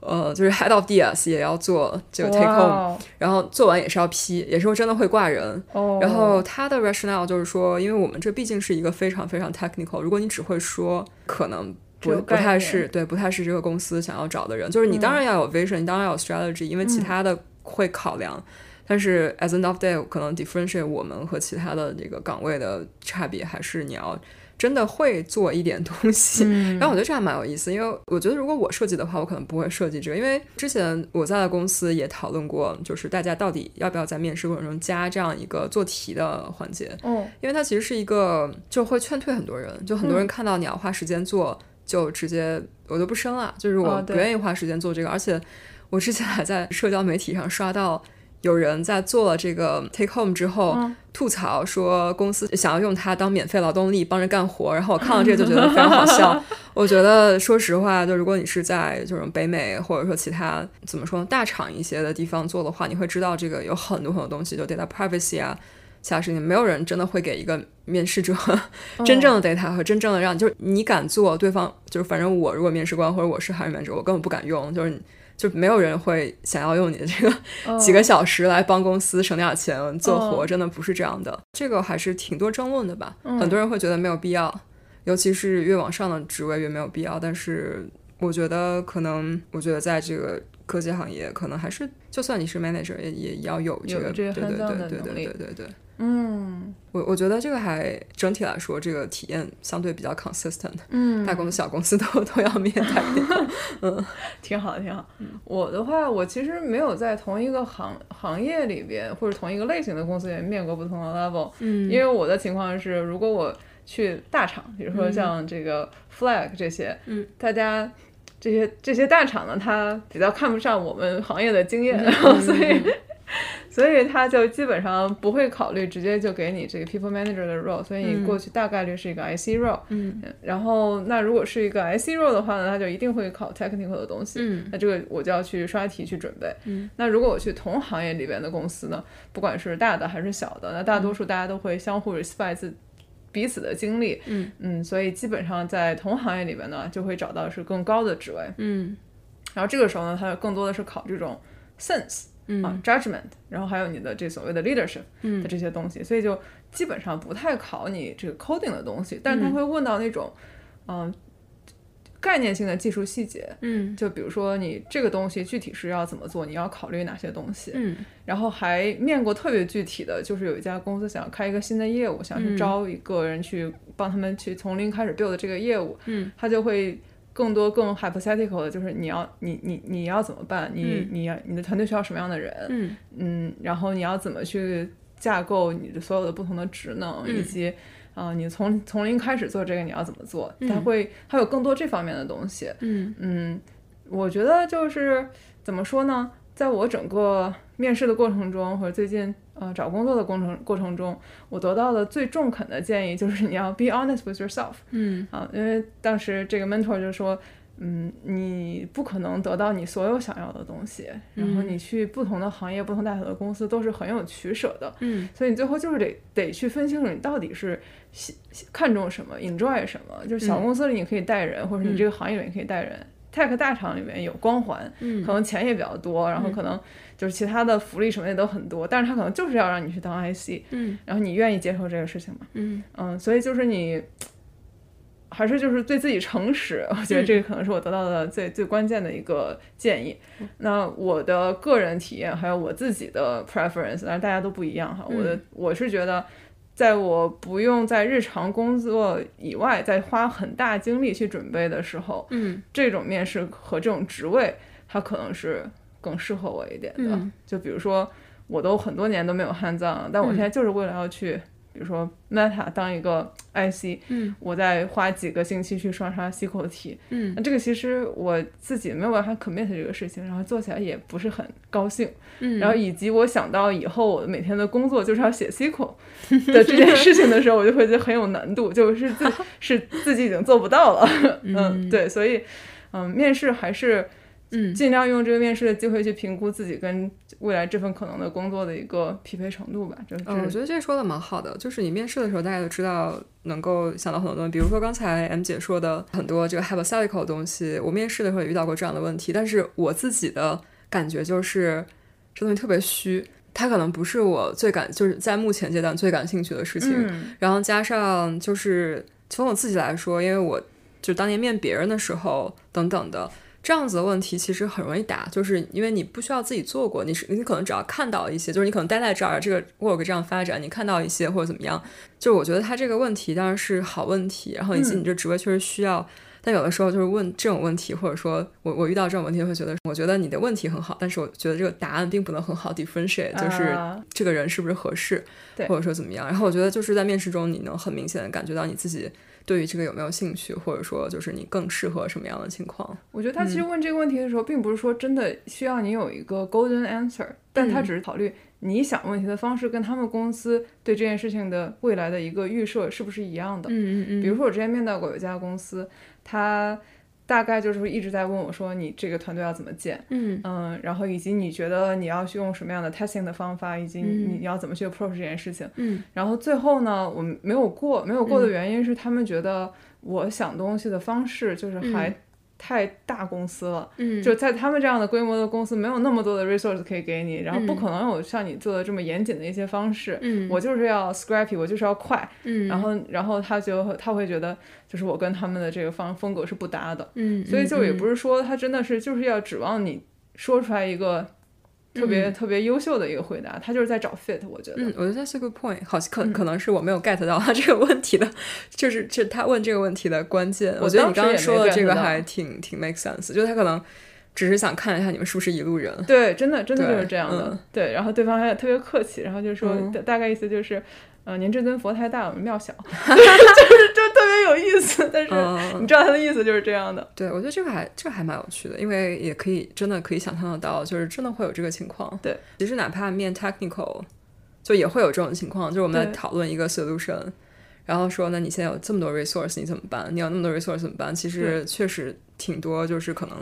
Speaker 1: 呃，就是 head of DS 也要做这个 take home，
Speaker 2: 哇
Speaker 1: 然后做完也是要批，也是真的会挂人。
Speaker 2: 哦，
Speaker 1: 然后他的 rationale 就是说，因为我们这毕竟是一个非常非常 technical，如果你只会说，可能
Speaker 2: 只
Speaker 1: 不
Speaker 2: 有
Speaker 1: 不
Speaker 2: 概
Speaker 1: 太
Speaker 2: 念嗯
Speaker 1: 是对，不太是这个公司想要找的人。就是你当然要有 vision，、你当然要有 strategy，因为其他的会考量。但是 as end of day，可能 differentiate 我们和其他的这个岗位的差别，还是你要真的会做一点东西。
Speaker 2: 嗯
Speaker 1: 然后我觉得这还蛮有意思，因为我觉得如果我设计的话，我可能不会设计这个，因为之前我在的公司也讨论过，就是大家到底要不要在面试过程中加这样一个做题的环节，
Speaker 2: 哦，
Speaker 1: 因为它其实是一个就会劝退很多人，就很
Speaker 2: 嗯
Speaker 1: 多人看到你要花时间做，就直接我就不申了，就是我
Speaker 2: 哦
Speaker 1: 不
Speaker 2: 对
Speaker 1: 愿意花时间做这个。而且我之前还在社交媒体上刷到有人在做了这个 take home 之后、
Speaker 2: 嗯
Speaker 1: 吐槽说公司想要用它当免费劳动力帮着干活，然后我看到这就觉得非常好 笑。我觉得说实话，就如果你是在这种北美或者说其他怎么说呢大厂一些的地方做的话，你会知道这个有很多很多东西，就 data privacy 啊。其他事情，没有人真的会给一个面试 者真
Speaker 2: 哦
Speaker 1: 正的 data 和真正的让，就是你敢做，对方就是反正我如果面试官或者我是 hiring manager，我根本不敢用，就是就没有人会想要用你的这个几个小时来帮公司省点钱做活，
Speaker 2: 哦
Speaker 1: 真的不是这样的。这个还是挺多争论的吧，
Speaker 2: 嗯
Speaker 1: 很多人会觉得没有必要，尤其是越往上的职位越没有必要，但是我觉得可能，我觉得在这个。科技行业可能还是，就算你是 manager，也也要有这
Speaker 2: 有
Speaker 1: 个，
Speaker 2: 这
Speaker 1: 对对
Speaker 2: 个 hands-on
Speaker 1: 对对
Speaker 2: 的
Speaker 1: 对
Speaker 2: 能力
Speaker 1: 对对对。
Speaker 2: 嗯
Speaker 1: 我我觉得这个还整体来说，这个体验相对比较 consistent，、
Speaker 2: 嗯，
Speaker 1: 大公司小公司都 都要面对。
Speaker 2: 挺好，挺好。我的话，我其实没有在同一个行行业里边，或者同一个类型的公司里面面过不同的 level。
Speaker 1: 嗯
Speaker 2: 因为我的情况是，如果我去大厂，比如说像这个 Flag 这些，
Speaker 1: 嗯，
Speaker 2: 大家这些这些大厂呢，它比较看不上我们行业的经
Speaker 1: 嗯
Speaker 2: 验，然后所以。 所以他就基本上不会考虑直接就给你这个 people manager 的 role，所以你过去大概率是一个 IC role，
Speaker 1: 嗯
Speaker 2: 然后那如果是一个 IC role 的话呢，他就一定会考 technical 的东西，
Speaker 1: 嗯
Speaker 2: 那这个我就要去刷题去准备。
Speaker 1: 嗯
Speaker 2: 那如果我去同行业里边的公司呢，不管是大的还是小的，那大
Speaker 1: 嗯
Speaker 2: 多数大家都会相互 respect 自彼此的经历，
Speaker 1: 嗯
Speaker 2: 所以基本上在同行业里边呢，就会找到是更高的职位。
Speaker 1: 嗯
Speaker 2: 然后这个时候呢，它更多的是考这种 sense 啊
Speaker 1: 嗯
Speaker 2: judgment，然后还有你的这所谓的 leadership 的这些东西，所以就基本上不太考你这个 coding 的东西，但是他会问到那种嗯、概念性的技术细节，
Speaker 1: 嗯
Speaker 2: 就比如说你这个东西具体是要怎么做，你要考虑哪些东西，
Speaker 1: 嗯
Speaker 2: 然后还面过特别具体的，就是有一家公司想要开一个新的业务，想
Speaker 1: 嗯
Speaker 2: 去招一个人去帮他们去从零开始 build 这个业务，
Speaker 1: 嗯，
Speaker 2: 他就会更多更 hypothetical 的，就是你要你你你要怎么办，你、你要你的团队需要什么样的人，
Speaker 1: 嗯
Speaker 2: 嗯，然后你要怎么去架构你的所有的不同的职能，
Speaker 1: 嗯
Speaker 2: 以及啊、呃你从从零开始做这个你要怎么做，它会它有更多这方面的东西。
Speaker 1: 嗯
Speaker 2: 嗯，我觉得就是怎么说呢，在我整个面试的过程中，和最近呃找工作的过程过程中，我得到的最中肯的建议就是你要 be honest with yourself
Speaker 1: 嗯
Speaker 2: 啊，因为当时这个 mentor 就说。嗯，你不可能得到你所有想要的东西，然后
Speaker 1: 嗯
Speaker 2: 你去不同的行业、不同大小的公司都是很有取舍的，
Speaker 1: 嗯
Speaker 2: 所以你最后就是得得去分清楚你到底是喜喜看重什么，enjoy 什么。就是
Speaker 1: 嗯
Speaker 2: 小公司里你可以带人，或者你这个行业里面可以带人。tech 大厂里面有光环，
Speaker 1: 嗯
Speaker 2: 可能钱也比较多，然后可能就是其他的福利什么也都很多，但是他可能就是要让你去当 IC，
Speaker 1: 嗯
Speaker 2: 然后你愿意接受这个事情吗？
Speaker 1: 嗯
Speaker 2: 嗯，所以就是你还是就是对自己诚实，我
Speaker 1: 嗯
Speaker 2: 觉得这个可能是我得到的最、最关键的一个建议。
Speaker 1: 嗯
Speaker 2: 那我的个人体验还有我自己的 preference，当然大家都不一样哈。我
Speaker 1: 嗯
Speaker 2: 的我是觉得。在我不用在日常工作以外再花很大精力去准备的时候，
Speaker 1: 嗯
Speaker 2: 这种面试和这种职位，它可能是更适合我一点的。
Speaker 1: 嗯
Speaker 2: 就比如说，我都很多年都没有汉藏，但我现在就是为了要去比如说 Meta 当一个 IC，嗯，我再花几个星期去双刷西口题，嗯，那这个其实我自己没有办法 commit 这个事情，然后做起来也不是很高兴，嗯，然后以及我想到以后我每天的工作就是要写 SQL 的这件事情的时候，我就会觉得很有难度，就是 自是自己已经做不到了，嗯，对，所以，嗯，面试还是。
Speaker 1: 嗯
Speaker 2: 尽量用这个面试的机会去评估自己跟未来这份可能的工作的一个匹配程度吧，就是
Speaker 1: 嗯，我觉得这说的蛮好的，就是你面试的时候，大家就知道能够想到很多东西，比如说刚才 M 姐说的很多这个 hypothetical 的东西，我面试的时候也遇到过这样的问题，但是我自己的感觉就是这东西特别虚，它可能不是我最感，就是在目前阶段最感兴趣的事情，
Speaker 2: 嗯
Speaker 1: 然后加上就是从我自己来说，因为我就当年面别人的时候等等的这样子的问题，其实很容易答，就是因为你不需要自己做过，你是你可能只要看到一些，就是你可能待在这儿，这个我有个这样发展，你看到一些或者怎么样，就我觉得他这个问题当然是好问题，然后以及你这职位确实需要。但有的时候就是问这种问题，或者说我我遇到这种问题会觉得，我觉得你的问题很好，但是我觉得这个答案并不能很好 differentiate，就是
Speaker 2: 啊
Speaker 1: 这个人是不是合适，
Speaker 2: 对
Speaker 1: 或者说怎么样。然后我觉得就是在面试中，你能很明显的感觉到你自己对于这个有没有兴趣，或者说就是你更适合什么样的情况。
Speaker 2: 我觉得他其实
Speaker 1: 嗯
Speaker 2: 问这个问题的时候，并不是说真的需要你有一个 golden answer，、但
Speaker 1: 嗯
Speaker 2: 他只是考虑你想问题的方式跟他们公司对这件事情的未来的一个预设是不是一样的。
Speaker 1: 嗯嗯
Speaker 2: 比如说我之前面到过有一家公司，他大概就是一直在问我说你这个团队要怎么建，
Speaker 1: 嗯
Speaker 2: 嗯，然后以及你觉得你要去用什么样的 testing 的方法，以及你你要怎么去 approach 这件事情。
Speaker 1: 嗯，
Speaker 2: 然后最后呢，我们没有过，没有过的原因是他们觉得我想东西的方式就是还太大公司了，
Speaker 1: 嗯
Speaker 2: 就在他们这样的规模的公司，没有那么多的 resource 可以给你，然后不可能有像你做的这么严谨的一些方式。
Speaker 1: 嗯
Speaker 2: 我就是要 scrappy，我就是要快，
Speaker 1: 嗯
Speaker 2: 然后然后他就他会觉得就是我跟他们的这个方风格是不搭的，
Speaker 1: 嗯
Speaker 2: 所以就也不是说他真的是就是要指望你说出来一个特别、特别优秀的一个回答，他就是在找 fit，我觉得。嗯
Speaker 1: 嗯，我觉得 that's a good point，好，可可能是我没有 get 到他 这个问题的，就是这他问这个问题的关键。我觉得你
Speaker 2: 当时
Speaker 1: 刚刚
Speaker 2: 也没
Speaker 1: 说的
Speaker 2: get
Speaker 1: 这个
Speaker 2: 到
Speaker 1: 还挺挺 make sense，就是他可能只是想看一下你们是不是一路人。
Speaker 2: 对，真的真的
Speaker 1: 对
Speaker 2: 就是这样的。
Speaker 1: 嗯
Speaker 2: 对，然后对方还特别客气，然后就说、
Speaker 1: 嗯
Speaker 2: 大大概意思就是，呃，您这尊佛太大，我们 庙小，就是就特别有意思。但是
Speaker 1: 嗯
Speaker 2: 你知道他的意思就是这样的。
Speaker 1: 对，我觉得这个还这个还蛮有趣的，因为也可以真的可以想象得到，就是真的会有这个情况。
Speaker 2: 对，
Speaker 1: 其实哪怕面 technical，就也会有这种情况，就是我们在
Speaker 2: 对
Speaker 1: 讨论一个 solution，然后说，那你现在有这么多 resource，你怎么办？你有那么多 resource 怎么办？其实确实挺多，就是可能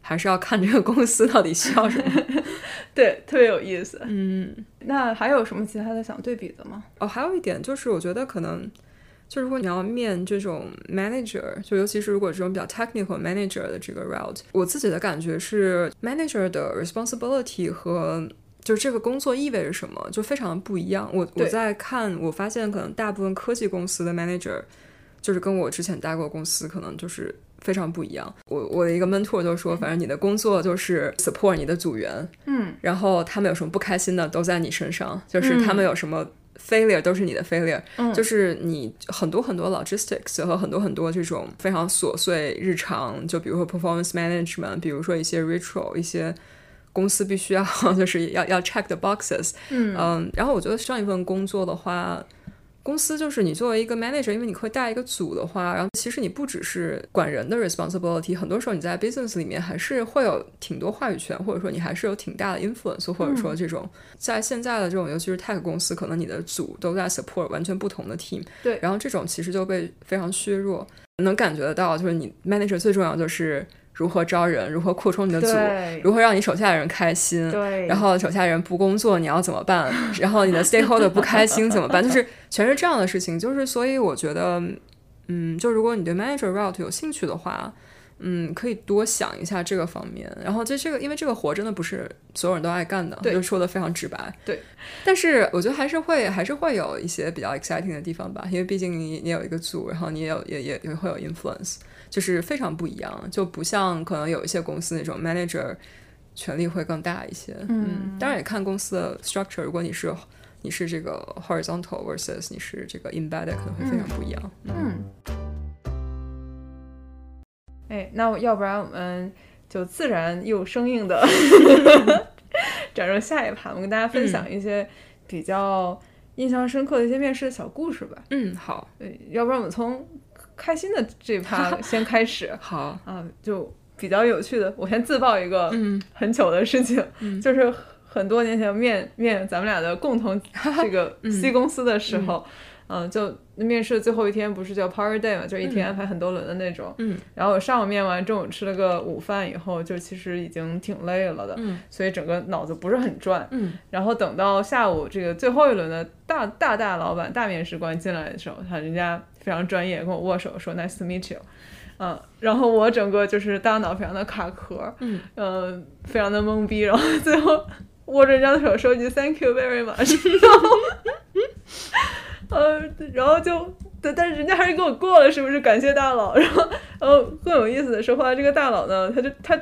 Speaker 1: 还是要看这个公司到底需要什么。
Speaker 2: 对，特别有意思。
Speaker 1: 嗯，
Speaker 2: 那还有什么其他的想对比的吗？
Speaker 1: 哦，还有一点就是，我觉得可能就是如果你要面这种 manager，就尤其是如果这种比较 technical manager 的这个 route，我自己的感觉是 manager 的 responsibility 和就是这个工作意味着什么，就非常的不一样。我我
Speaker 2: 对
Speaker 1: 在看，我发现可能大部分科技公司的 manager，就是跟我之前待过的公司可能就是非常不一样。我我的一个 mentor 就说，反正你的工作就是 support 你的组员，
Speaker 2: 嗯，
Speaker 1: 然后他们有什么不开心的都在你身上，就是他们有什么 failure 都是你的 failure，、
Speaker 2: 嗯
Speaker 1: 就是你很多很多 logistics 和很多很多这种非常琐碎日常，就比如说 performance management，比如说一些 ritual，一些公司必须要 就是要要 check the boxes，
Speaker 2: 嗯
Speaker 1: 然后我觉得上一份工作的话。公司就是你作为一个 manager，因为你会带一个组的话，然后其实你不只是管人的 responsibility，很多时候你在 business 里面还是会有挺多话语权，或者说你还是有挺大的 influence，或者说
Speaker 2: 嗯
Speaker 1: 这种、在现在的这种，尤其是 tech 公司，可能你的组都在 support 完全不同的 team，
Speaker 2: 对
Speaker 1: 然后这种其实就被非常削弱，能感觉得到，就是你 manager 最重要就是如何招人，如何扩充你的组，
Speaker 2: 对
Speaker 1: 如何让你手下的人开心，
Speaker 2: 对
Speaker 1: 然后手下人不工作你要怎么 办？然后你的 stakeholder 不开心怎么办？就是全是这样的事情。就是所以我觉得，嗯，就如果你对 manager route 有兴趣的话，嗯，可以多想一下这个方面。然后这这个，因为这个活真的不是所有人都爱干的，
Speaker 2: 对
Speaker 1: 就说的非常直白。
Speaker 2: 对，
Speaker 1: 但是我觉得还是会还是会有一些比较 exciting 的地方吧，因为毕竟你你有一个组，然后你也有也也也会有 influence，就是非常不一样，就不像可能有一些公司那种 manager 权力会更大一些。嗯，当然也看公司的 structure，如果你是你是这个 horizontal versus 你是这个 embedded，可能会非常不一样。
Speaker 2: 嗯，哎，那我要不然我们就自然又生硬的转入下一盘，我们跟大家分享一些比较印象深刻的一些面试小故事吧。
Speaker 1: 嗯，好，
Speaker 2: 对，要不然我们从开心的这一趴先开始
Speaker 1: 好，
Speaker 2: 啊，就比较有趣的，我先自曝一个
Speaker 1: 嗯
Speaker 2: 很糗的事情， 就是很多年前面面咱们俩的 共同这个
Speaker 1: 嗯
Speaker 2: C 公司的时候，嗯、就面试最后一天不是叫 Power Day 嘛，就一天安排很多轮的那种。
Speaker 1: 嗯
Speaker 2: 然后我上午面完，中午吃了个午饭以后，就其实已经挺累了的，
Speaker 1: 嗯
Speaker 2: 所以整个脑子不是很转。
Speaker 1: 嗯
Speaker 2: 然后等到下午这个最后一轮的大大大老板大面试官进来的时候，他人家非常专业跟我握手说 Nice to meet you，嗯，然后我整个就是大脑非常的卡壳，
Speaker 1: 嗯
Speaker 2: 呃，非常的懵逼，然后最后握着人家的手说一句 Thank you very much，然 后呃，然后就对，但是人家还是给我过了，是不是？感谢大佬。 然后，然后更有意思的是，后来这个大佬呢，他就他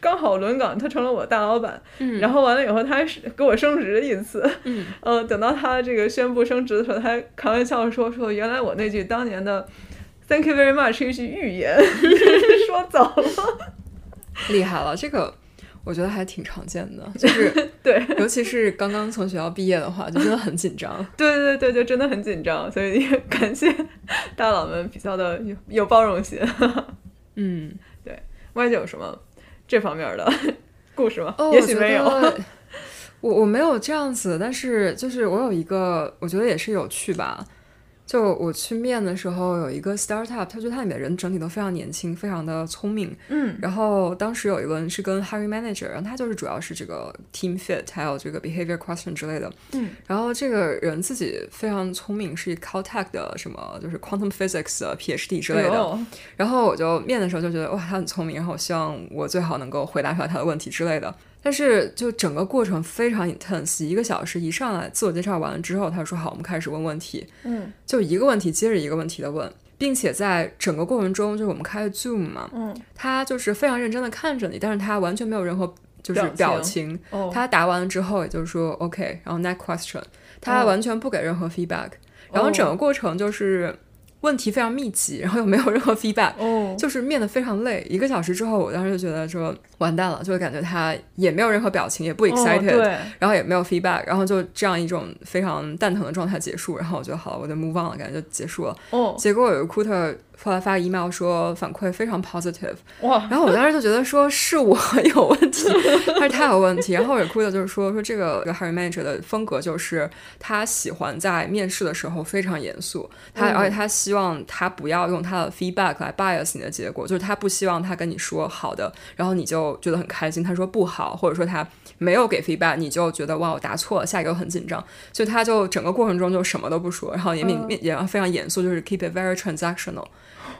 Speaker 2: 刚好轮岗，他成了我大老板，
Speaker 1: 嗯
Speaker 2: 然后完了以后，他还是给我升职了一次。
Speaker 1: 嗯
Speaker 2: 呃，等到他这个宣布升职的时候，他还开玩笑说说，原来我那句当年的 “Thank you very much” 是一句预言，说走了。
Speaker 1: 厉害了，这个我觉得还挺常见的， 就是
Speaker 2: 对，
Speaker 1: 尤其是刚刚从学校毕业的话，就真的很紧张。
Speaker 2: 对对对，就真的很紧张，所以也感谢大佬们比较的有有包容心。
Speaker 1: 嗯，
Speaker 2: 外界有什么这方面的故事吗？
Speaker 1: 哦，
Speaker 2: 也许没有。
Speaker 1: 我觉 得我我没有这样子，但是就是我有一个，我觉得也是有趣吧。就我去面的时候，有一个 startup，他觉得它里面人整体都非常年轻，非常的聪明。
Speaker 2: 嗯
Speaker 1: 然后当时有一轮是跟 hiring manager，然后他就是主要是这个 team fit，还有这个 behavior question 之类的。
Speaker 2: 嗯，
Speaker 1: 然后这个人自己非常聪明，是 Caltech 的什么就是 quantum physics 的 PhD 之类的。
Speaker 2: 有
Speaker 1: 然后我就面的时候就觉得哇，他很聪明，然后我希望我最好能够回答出来他的问题之类的。但是就整个过程非常 intense，一个小时一上来自我介绍完了之后，他就说好，我们开始问问题，
Speaker 2: 嗯
Speaker 1: 就一个问题接着一个问题的问，并且在整个过程中，就是我们开 Zoom 嘛，
Speaker 2: 嗯
Speaker 1: 他就是非常认真的看着你，但是他完全没有任何就是
Speaker 2: 表情
Speaker 1: 表情。
Speaker 2: 哦，
Speaker 1: 他答完了之后，也就是说 OK，然后 next question，他
Speaker 2: 哦
Speaker 1: 完全不给任何 feedback，、然后
Speaker 2: 哦
Speaker 1: 整个过程就是问题非常密集，然后又没有任何 feedback，
Speaker 2: 哦
Speaker 1: 就是面的非常累。一个小时之后，我当时就觉得说完蛋了，就感觉他也没有任何表情，也不 excited，、
Speaker 2: 哦对，
Speaker 1: 然后也没有 feedback，然后就这样一种非常蛋疼的状态结束。然后我觉得好了，我就 move on 了，感觉就结束了。
Speaker 2: 哦
Speaker 1: 结果有一个 recruiter 后来发 email 说反馈非常 positive，
Speaker 2: 哇，
Speaker 1: 然后我当时就觉得说是我 有问题，还是他有问题？然后我也哭的就是说说这个 Harry Manager 的风格就是他喜欢在面试的时候非常严肃，他、
Speaker 2: 嗯
Speaker 1: 而且他希望他不要用他的 feedback 来 bias 你的结果，就是他不希望他跟你说好的，然后你就觉得很开心，他说不好，或者说他没有给 feedback，你就觉得哇我答错了，下一个又很紧张，所以他就整个过程中就什么都不说，然后也面面也非常严肃，就是 keep it very transactional。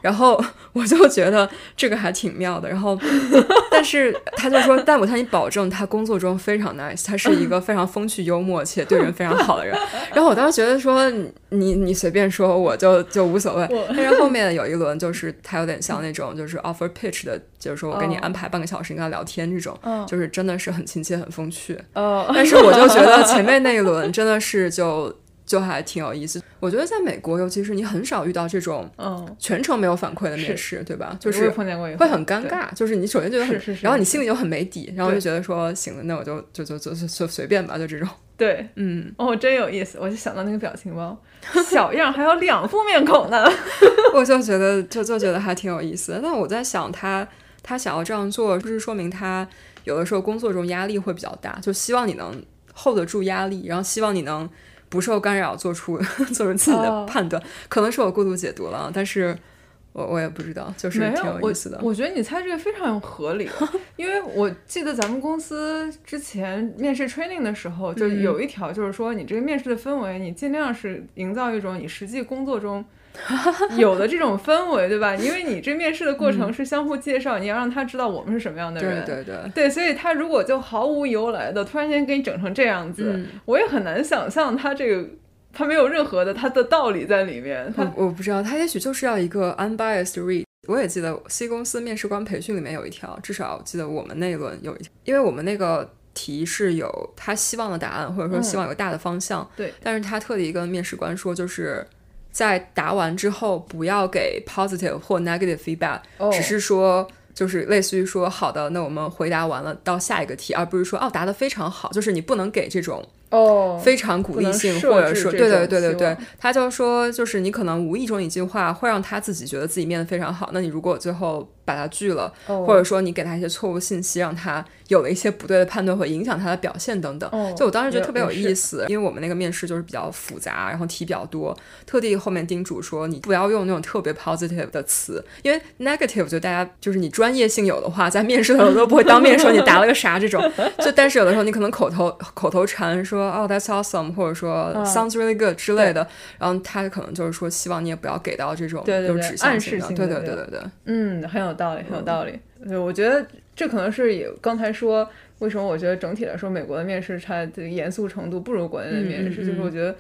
Speaker 1: 然后 我就觉得这个还挺妙的。然后， 但是他就说，但我向你保证，他工作中非常 nice，他是一个非常风趣幽默且对人非常好的人。然后我当时觉得说，你你随便说，我就就无所谓。但是后面有一轮就是他有点像那种就是 offer pitch 的，就是说我给你
Speaker 2: 哦
Speaker 1: 安排半个小时，你跟他聊天这种，
Speaker 2: 嗯
Speaker 1: 就是真的是很亲切很风趣。
Speaker 2: 哦
Speaker 1: 但是我就觉得前面那一轮真的是就就还挺有意思。我觉得在美国，尤其是你很少遇到这种。
Speaker 2: 嗯，
Speaker 1: 全程没有反馈的面试，对吧？就
Speaker 2: 我也
Speaker 1: 是
Speaker 2: 碰见过一
Speaker 1: 会
Speaker 2: 回
Speaker 1: 很尴。尬，就是你首先觉得很，
Speaker 2: 是是是
Speaker 1: 然后你心里就很没底，然后就
Speaker 2: 对
Speaker 1: 觉得说行了，那我就就就就就就随便吧，就这种，
Speaker 2: 对对，
Speaker 1: 嗯，
Speaker 2: 哦，真有意思，我就想到那个表情 包，小样还有两副面孔呢。
Speaker 1: 我就觉得就就觉得还挺有意思的。但我在想他他想要这样做，就是说明他有的时候工作中压力会比较大，就希望你能 hold 得住压力，然后希望你能不受干扰做出 做出自己的
Speaker 2: 哦
Speaker 1: 判断，可能是我过度解读了啊，但是我我也不知道，就是
Speaker 2: 没
Speaker 1: 挺
Speaker 2: 有，
Speaker 1: 有意思的
Speaker 2: 我。。我觉得你猜这个非常 合理，因为我记得咱们公司之前面试 training 的时候，就
Speaker 1: 嗯
Speaker 2: 有一条就是说，你这个面试的氛围，你尽量是营造一种你实际工 作中有的这种氛围，对吧？因为你这面试的过程是相互介绍，你要让他知道我们是什么样的
Speaker 1: 嗯对
Speaker 2: 人。
Speaker 1: 对对，
Speaker 2: 对，所以他如果就毫无由来的突然间给你整成这样子，
Speaker 1: 嗯
Speaker 2: 我也很难想象他这个他没有任何的他的道理在里面。他
Speaker 1: 我我不知道，他也许就是要一个 unbiased read。我也记得 C 公司面试官培训里面有一条，至少记得我们那一轮有一条，因为我们那个题是有他希望的答案，或者说
Speaker 2: 嗯
Speaker 1: 希望有个大的方向。
Speaker 2: 对
Speaker 1: 但是他特地跟面试官说，就是在答完之后不要给 positive 或 negative feedback，、
Speaker 2: 哦
Speaker 1: 只是说。就是类似于说，好的，那我们回答完了，到下一个题，而不是说哦答得非常好，就是你不能给这种
Speaker 2: 哦，
Speaker 1: 非常鼓励性，
Speaker 2: 不能
Speaker 1: 或者
Speaker 2: 设置
Speaker 1: 说，
Speaker 2: 这
Speaker 1: 对对
Speaker 2: 种
Speaker 1: 对对
Speaker 2: 期
Speaker 1: 对
Speaker 2: 望，
Speaker 1: 他就说，就是你可能无意中一句话会让他自己觉得自己面的非常好，那你如果最后把他拒了，
Speaker 2: 哦
Speaker 1: 或者说你给他一些错误信息，让他有了一些不对的判断，会影响他的表现等等。
Speaker 2: 哦
Speaker 1: 就我当时觉得
Speaker 2: 也
Speaker 1: 特别有
Speaker 2: 也
Speaker 1: 意思，因为我们那个面试就是比较复杂，然后题比较多，特地后面叮嘱说你不要用那种特别 positive 的词，因为 negative 就大家就是你专业性有的话，在面试的时候都不会当面说你答了个啥 这种。就但是有的时候你可能口头口头禅说哦 that's awesome 或者说
Speaker 2: 嗯
Speaker 1: sounds really good 之类的，然后他可能就是说希望你也不要给到这种
Speaker 2: 对对
Speaker 1: 有
Speaker 2: 对
Speaker 1: 指向
Speaker 2: 暗
Speaker 1: 性
Speaker 2: 示
Speaker 1: 的，
Speaker 2: 性
Speaker 1: 对
Speaker 2: 的
Speaker 1: 对对
Speaker 2: 对
Speaker 1: 对对。
Speaker 2: 嗯，很有道理，很有道理。对，我觉得这可能是也刚才说为什么我觉得整体来说美国的面试它的严肃程度不如国内的面
Speaker 1: 嗯
Speaker 2: 试，
Speaker 1: 嗯
Speaker 2: 就是
Speaker 1: 嗯
Speaker 2: 我觉得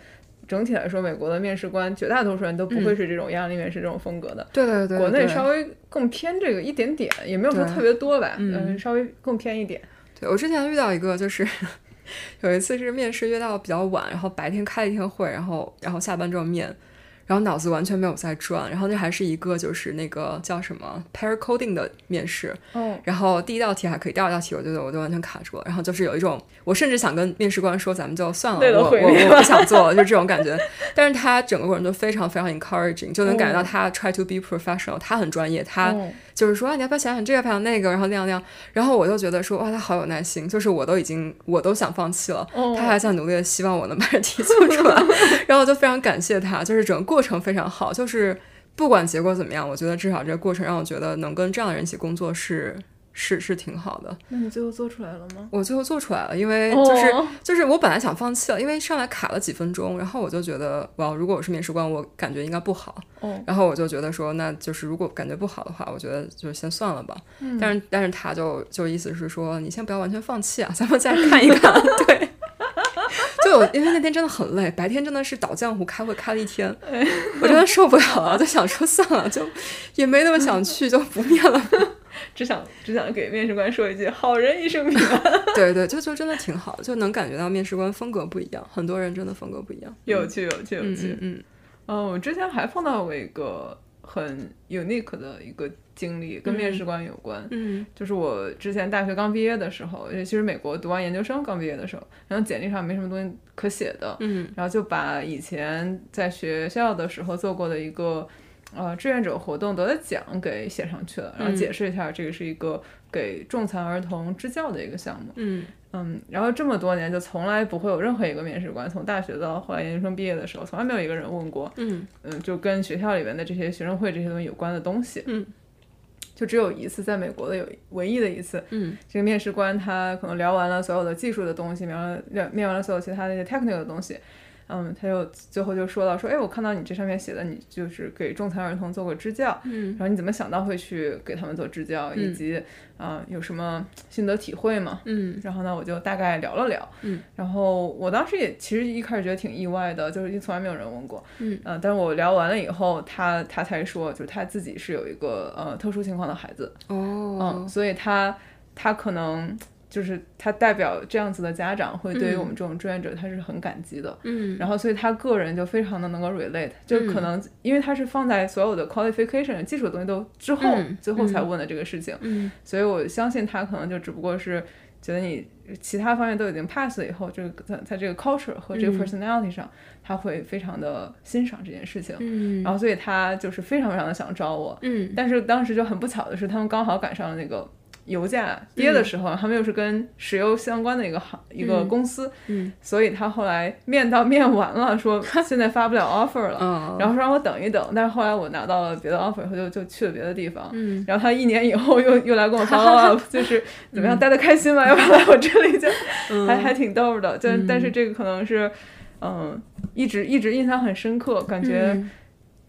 Speaker 2: 整体来说美国的面试官绝大多数人都不会是这种压力面试这种风格的。
Speaker 1: 对对对，
Speaker 2: 国内
Speaker 1: 对
Speaker 2: 稍微更偏这个一点点，也没有说
Speaker 1: 对
Speaker 2: 特别多吧，
Speaker 1: 嗯
Speaker 2: 嗯，稍微更偏一点。
Speaker 1: 对我之前遇到一个，就是 有一次是面试约到比较晚，然后白天开了一天会，然后然后下班之后面，然后脑子完全没有在转，然后那还是一个就是那个叫什么 pair coding 的面试，
Speaker 2: 哦，
Speaker 1: 然后第一道题还可以，第二道题我觉得我就完全卡住了，然后就是有一种我甚至想跟面试官说咱们就算了，
Speaker 2: 累了
Speaker 1: 我我
Speaker 2: 毁灭
Speaker 1: 我不想做了，就这种感觉。但是他整个过程都非常非常 encouraging，就能感觉到
Speaker 2: 哦
Speaker 1: 他 try to be professional，他很专业，他。
Speaker 2: 哦
Speaker 1: 就是说、啊、你要不要想想这个，想想那个，然后那样那样。然后我就觉得说哇，他好有耐心，就是我都已经我都想放弃了，
Speaker 2: 哦
Speaker 1: 他还在努力的希望我能把这题做出来。然后我就非常感谢他，就是整个过程非常好，就是不管结果怎么样，我觉得至少这个过程让我觉得能跟这样的人一起工作是。是是挺好的，
Speaker 2: 那你最后做出来了吗？
Speaker 1: 我最后做出来了，因为就是、
Speaker 2: 哦
Speaker 1: 就是我本来想放弃了，因为上来卡了几分钟，然后我就觉得哇，如果我是面试官，我感觉应该不好，
Speaker 2: 哦，
Speaker 1: 然后我就觉得说，那就是如果感觉不好的话，我觉得就先算了吧。
Speaker 2: 嗯
Speaker 1: 但是但是他就就意思是说，你先不要完全放弃啊，咱们再看一 看。对，就我因为那天真的很累，白天真的是倒浆糊开会开了一天，
Speaker 2: 哎
Speaker 1: 我真的受不了了，就想说算了，就也没那么想去，就不面了。
Speaker 2: 只想只想给面试官说一句“好人一生平安”。
Speaker 1: 对对，就就真的挺好，就能感觉到面试官风格不一样，很多人真的风格不一样。
Speaker 2: 有趣，有趣，有
Speaker 1: 嗯
Speaker 2: 趣。
Speaker 1: 嗯嗯，
Speaker 2: 嗯，我之前还碰到过一个很 unique 的一个经历，跟面试官有关。
Speaker 1: 嗯
Speaker 2: 就是我之前大学刚毕业的时候，呃尤其是美国读完研究生刚毕业的时候，然后简历上没什么东西可写的，
Speaker 1: 嗯，
Speaker 2: 然后就把以前在学校的时候做过的一个呃志愿者活动得的奖给写上去了，然后解释一下这个是一个给重残儿童支教的一个项目。
Speaker 1: 嗯
Speaker 2: 嗯，然后这么多年就从来不会有任何一个面试官，从大学到后来研究生毕业的时候，从来没有一个人问过，
Speaker 1: 嗯
Speaker 2: 嗯，就跟学校里面的这些学生会这些东西有关的东西，
Speaker 1: 嗯，
Speaker 2: 就只有一次在美国的有唯一的一次，
Speaker 1: 嗯
Speaker 2: 这个面试官他可能聊完了所有的技术的东西，聊完了面完了所有其他那些 technical 的东西，嗯，他就最后就说到说，哎，我看到你这上面写的你就是给重残儿童做过支教，
Speaker 1: 嗯
Speaker 2: 然后你怎么想到会去给他们做支教，以及啊、有什么心得体会吗？
Speaker 1: 嗯
Speaker 2: 然后呢，我就大概聊了聊，
Speaker 1: 嗯，
Speaker 2: 然后我当时也其实一开始觉得挺意外的，就是从来没有人问过，
Speaker 1: 嗯
Speaker 2: 呃，但是我聊完了以后，他他才说，就是他自己是有一个呃特殊情况的孩子，
Speaker 1: 哦
Speaker 2: 嗯，所以他他可能就是他代表这样子的家长会对于
Speaker 1: 嗯
Speaker 2: 我们这种志愿者他是很感激的，
Speaker 1: 嗯
Speaker 2: 然后所以他个人就非常的能够 relate，就可能因为他是放在所有的 qualification 技术的东西都之后、
Speaker 1: 嗯
Speaker 2: 最后才问的这个事情，
Speaker 1: 嗯
Speaker 2: 所以我相信他可能就只不过是觉得你其他方面都已经 pass 了以后，这个在在这个 culture 和这个
Speaker 1: 嗯
Speaker 2: personality 上，他会非常的欣赏这件事情，
Speaker 1: 嗯
Speaker 2: 然后所以他就是非常非常的想招我，
Speaker 1: 嗯
Speaker 2: 但是当时就很不巧的是，他们刚好赶上了那个。油价跌的时候，他们又是跟石油相关的一个行一个
Speaker 1: 嗯
Speaker 2: 公司，
Speaker 1: 嗯
Speaker 2: 所以他后来面到面完 了，说现在发不了 offer 了，
Speaker 1: 哦
Speaker 2: 然后让我等一等。但是后来我拿到了别的 offer 以后，就就去了别的地方，
Speaker 1: 嗯。
Speaker 2: 然后他一年以后又又来跟 我 follow up，就是怎么样待的开心吗？要不然来我这里就还还挺逗的。就但是这个可能是，嗯，一直一直印象很深刻，感觉
Speaker 1: 嗯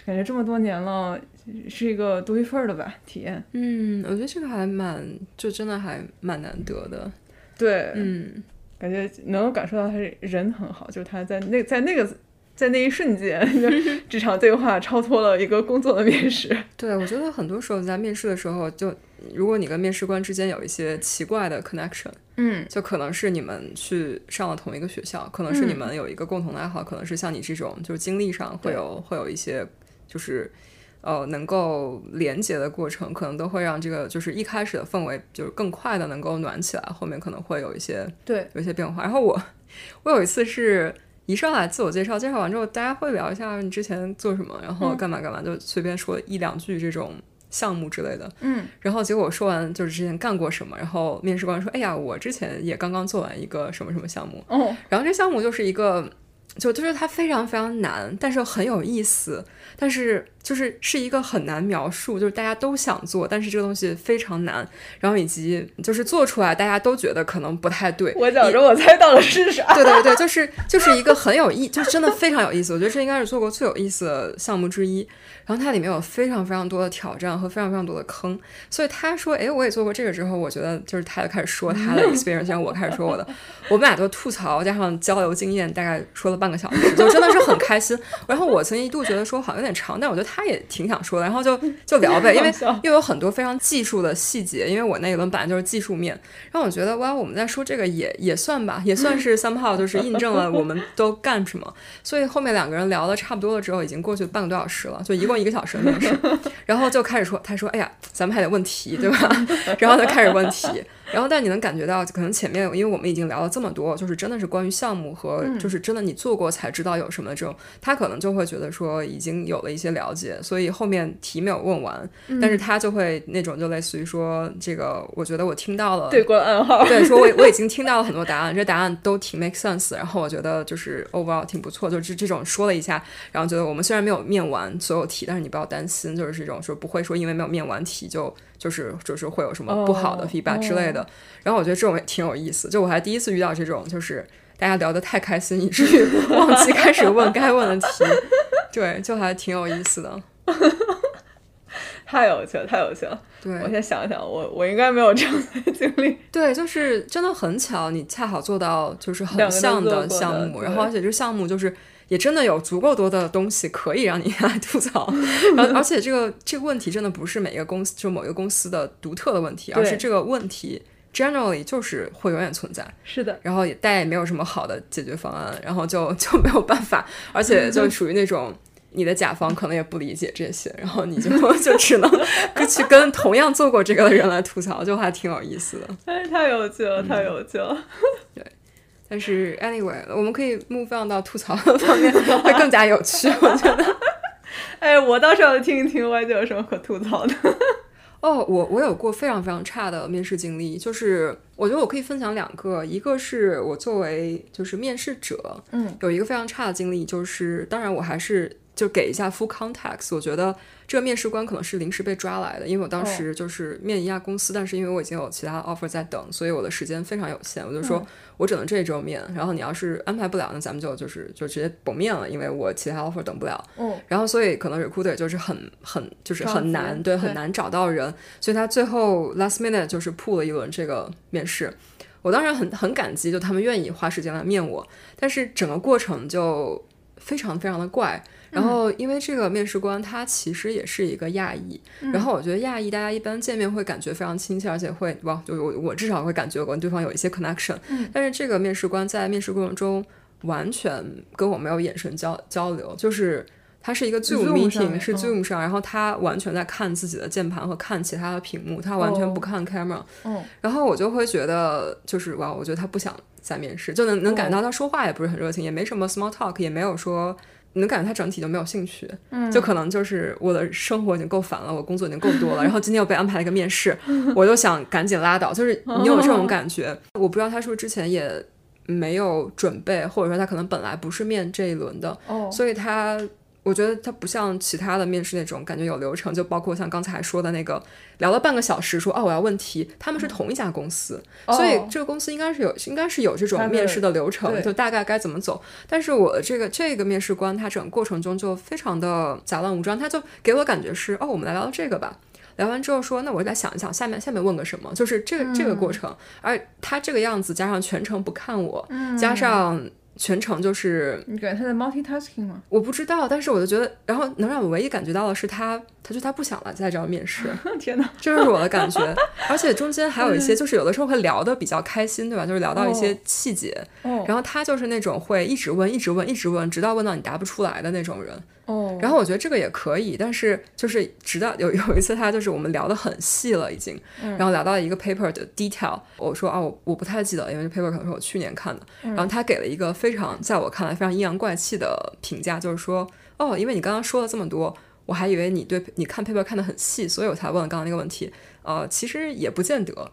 Speaker 2: 感觉这么多年了，是一个独一份儿的吧体验。
Speaker 1: 嗯，我觉得这个还蛮，就真的还蛮难得的。
Speaker 2: 对，
Speaker 1: 嗯，
Speaker 2: 感觉能够感受到他是人很好，就是他在那在那个在那一瞬间， 就这场对话超脱了一个工作的面试。
Speaker 1: 对，我觉得很多时候你在面试的时候就，如果你跟面试官之间有一些奇怪的 connection，
Speaker 2: 嗯，
Speaker 1: 就可能是你们去上了同一个学校，可能是你
Speaker 2: 嗯
Speaker 1: 们有一个共同的爱好，可能是像你这种就是经历上会
Speaker 2: 对
Speaker 1: 有会有一些就是。呃能够连接的过程，可能都会让这个就是一开始的氛围就是更快的能够暖起来，后面可能会有一些
Speaker 2: 对，
Speaker 1: 有一些变化。然后我 我有一次是一上来自我介绍，介绍完之后大家会聊一下你之前做什么，然
Speaker 2: 嗯
Speaker 1: 后干嘛干嘛，就随便说一两句这种项目之类的。
Speaker 2: 嗯
Speaker 1: 然后结果我说完就是之前干过什么，然后面试官说：“哎呀，我之前也刚刚做完一个什么什么项目。”
Speaker 2: 哦，
Speaker 1: 然后这项目就是一个，就就是它非常非常难，但是很有意思，但是就是是一个很难描述，就是大家都想做，但是这个东西非常难，然后以及就是做出来大家都觉得可能不太对。
Speaker 2: 我想说，我猜到了是啥？
Speaker 1: 对对对，就是就是一个很有意，就真的非常有意思。我觉得这应该是做过最有意思的项目之一。然后它里面有非常非常多的挑战和非常非常多的坑，所以他说：“诶，我也做过这个。”之后，我觉得就是他就开始说 他的 experience，然后我开始说我的，我们俩就吐槽加上交流经验，大概说了半个小时，就真的是很开心。然后我曾经一度觉得说好像有点长，但我觉得他也挺想说的，然后就就聊呗，因为
Speaker 2: 好笑
Speaker 1: 又有很多非常技术的细节，因为我那一轮本来就是技术面，让我觉得哇，我们在说这个也也算吧，也算是 somehow 就是印证了我们都干什么。所以后面两个人聊的差不多了之后，已经过去半个多小时了，就一共一个小时的面试，然后就开始说，他说，哎呀，咱们还得问题，对吧？ 然后就开始问题，然后但你能感觉到，可能前面因为我们已经聊了这么多，就是真的是关于项目和就是真的你做过才知道有什么这种，他可能就会觉得说已经有了一些了解，所以后面题没有问完，但是他就会那种就类似于说，这个我觉得我听到了，
Speaker 2: 对关暗 号，
Speaker 1: 对，说我我已经听到了很多答案，这答案都挺 make sense，然后我觉得就是 overall 挺不错，就这这种说了一下，然后觉得我们虽然没有面完所有题，但是你不要担心，就是这种说不会说因为没有面完题就就是就是会有什么不好的
Speaker 2: 哦
Speaker 1: feedback 之类的。然后我觉得这种也挺有意思，就我还第一次遇到这种就是大家聊得太开心，以至于忘记开始问该问的题，对，就还挺有意思的。
Speaker 2: 太有趣了，太有趣了。我
Speaker 1: 对
Speaker 2: 先想一想，我我应该没有这样的经历。
Speaker 1: 对，就是真的很巧，你恰好做到就是很
Speaker 2: 两个都
Speaker 1: 像
Speaker 2: 做
Speaker 1: 的
Speaker 2: 过的
Speaker 1: 项目，
Speaker 2: 对
Speaker 1: 然后而且这项目就是也真的有足够多的东西可以让你 来吐槽，然后 而且这个这个问题真的不是每个公司就某一个公司的独特的问题，而
Speaker 2: 对
Speaker 1: 是这个问题 generally 就是会永远存在。
Speaker 2: 是的，
Speaker 1: 然后也大家也没有什么好的解决方案，然后就 就没有办法，而且就属于那种。你的甲方可能也不理解这些，然后你就 就只能跟去跟同样做过这个的人来吐槽，就还挺有意思的。
Speaker 2: 哎，太有趣了，太有趣了。
Speaker 1: 但是 anyway，我们可以 move on 到吐槽 的方面，会更加有趣。我觉得
Speaker 2: 哎，我倒是要听一听 YJ 有什么可吐槽的。
Speaker 1: 哦，我我有过非常非常差的面试经历，就是我觉得我可以分享两个，一个是我作为就是面试者，
Speaker 2: 嗯，
Speaker 1: 有一个非常差的经历，就是当然我还是就给一下 full context，我觉得这个面试官可能是临时被抓来的，因为我当时就是面一家公司，但是因为我已经有其他 offer 在等，所以我的时间非常有限，我就说我只能这一周面，然后你要是安排不了，那咱们就就是就直接甭面了，因为我其他 offer 等不了。
Speaker 2: 嗯，
Speaker 1: 然后所以可能 recruiter 就是很很就是很
Speaker 2: 着
Speaker 1: 难，
Speaker 2: 急
Speaker 1: 对，
Speaker 2: 对
Speaker 1: 很难找到人，所以他最后 last minute 就是 pull 了一轮这个面试。我当然很很感激，就他们愿意花时间来面我，但是整个过程就非常非常的怪。
Speaker 2: 嗯
Speaker 1: 然后，因为这个面试官他其实也是一个亚裔，
Speaker 2: 嗯
Speaker 1: 然后我觉得亚裔大家一般见面会感觉非常亲切，而且会哇，就我我至少会感觉我跟对方有一些 connection、但
Speaker 2: 嗯
Speaker 1: 是这个面试官在面试过程中完全跟我没有眼神交交流，就是他是一个 Zoom
Speaker 2: Zoom 上
Speaker 1: meeting，
Speaker 2: 面
Speaker 1: 是
Speaker 2: 嗯
Speaker 1: Zoom 上，然后他完全在看自己的键盘和看其他的屏幕，他完全
Speaker 2: 哦
Speaker 1: 不看 camera、
Speaker 2: 嗯
Speaker 1: 然后我就会觉得，就是哇，我觉得他不想再面试，就能能感觉到他说话也不是很热情，也没什么 small talk，也没有说。能感觉他整体就没有兴趣，嗯，就可能就是我的生活已经够烦了，我工作已经够多了，然后今天又被安排了一个面试，我就想赶紧拉倒，就是你有这种感觉，我不知道他是不是之前也没有准备，或者说他可能本来不是面这一轮的，
Speaker 2: 哦
Speaker 1: 所以他我觉得他不像其他的面试那种感觉有流程，就包括像刚才说的那个聊了半个小时说哦我要问题，他们是同一家公司，所以
Speaker 2: 嗯哦
Speaker 1: 这个公司应该是有应该是有这
Speaker 2: 它
Speaker 1: 种
Speaker 2: 的
Speaker 1: 面试的流程，
Speaker 2: 对
Speaker 1: 就大概该怎么走。但是我这个这个面试官他整个过程中就非常的杂乱无章，他就给我感觉是哦我们来聊聊这个吧。聊完之后说，那我来想一想，下面下面问个什么，
Speaker 2: 嗯嗯
Speaker 1: 就是这个、这个过程，而他这个样子加上全程不看我，加上全程就是
Speaker 2: 你感觉他在 multitasking 吗？
Speaker 1: 我不知道，但是我就觉得，然后能让我唯一感觉到的是他，他就他不想来再这样面试，
Speaker 2: 天哪！
Speaker 1: 这就是我的感觉。而且中间还有一些，就是有的时候会聊得比较开心，对吧？就是聊到一些细节，
Speaker 2: 哦
Speaker 1: 然后他就是那种会一直问、一直问、一直问，直到问到你答不出来的那种人。
Speaker 2: 哦，
Speaker 1: 然后我觉得这个也可以，但是就是直到有 有一次他就是我们聊得很细了已经，然后聊到一个 paper 的 detail，我说啊我我不太记得，因为这 paper 可能是我去年看的，然后他给了一个非常在我看来非常阴阳怪气的评价，就是说哦，因为你刚刚说了这么多。我还以为你对你看 paper 看得很细，所以我才问了刚刚那个问题。呃，其实也不见得。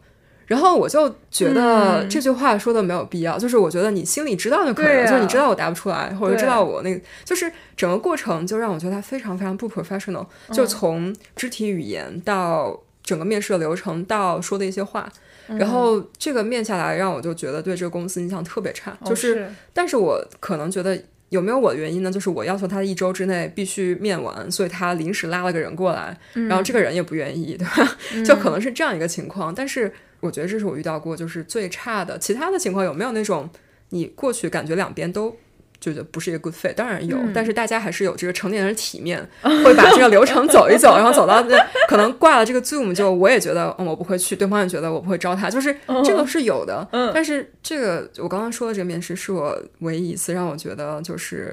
Speaker 1: 然后我就觉得这句话说的没有必要，就是我觉得你心里知道就可以了，
Speaker 2: 对啊
Speaker 1: 就是你知道我答不出来，或者
Speaker 2: 对
Speaker 1: 知道我那个，就是整个过程就让我觉得他非常非常不 professional，、就
Speaker 2: 嗯
Speaker 1: 从肢体语言到整个面试的流程到说的一些话，
Speaker 2: 嗯
Speaker 1: 然后这个面下来让我就觉得对这个公司印象特别差，
Speaker 2: 哦
Speaker 1: 就是但是我可能觉得有没有我的原因呢？就是我要求他一周之内必须面完，所以他临时拉了个人过来，
Speaker 2: 嗯
Speaker 1: 然后这个人也不愿意，对吧？ 就可能是这样一个情况。但是我觉得这是我遇到过就是最差的。其他的情况有没有那种你过去感觉两边都？觉得不是一个 good fit，当然有，
Speaker 2: 嗯
Speaker 1: 但是大家还是有这个成年人体面，会把这个流程走一走，然后走到那可能挂了这个 Zoom 就我也觉得嗯我不会去，对方也觉得我不会招他，就是
Speaker 2: 嗯
Speaker 1: 这个是有的，但是这个我刚刚说的这个面试是我唯一一次让我觉得就是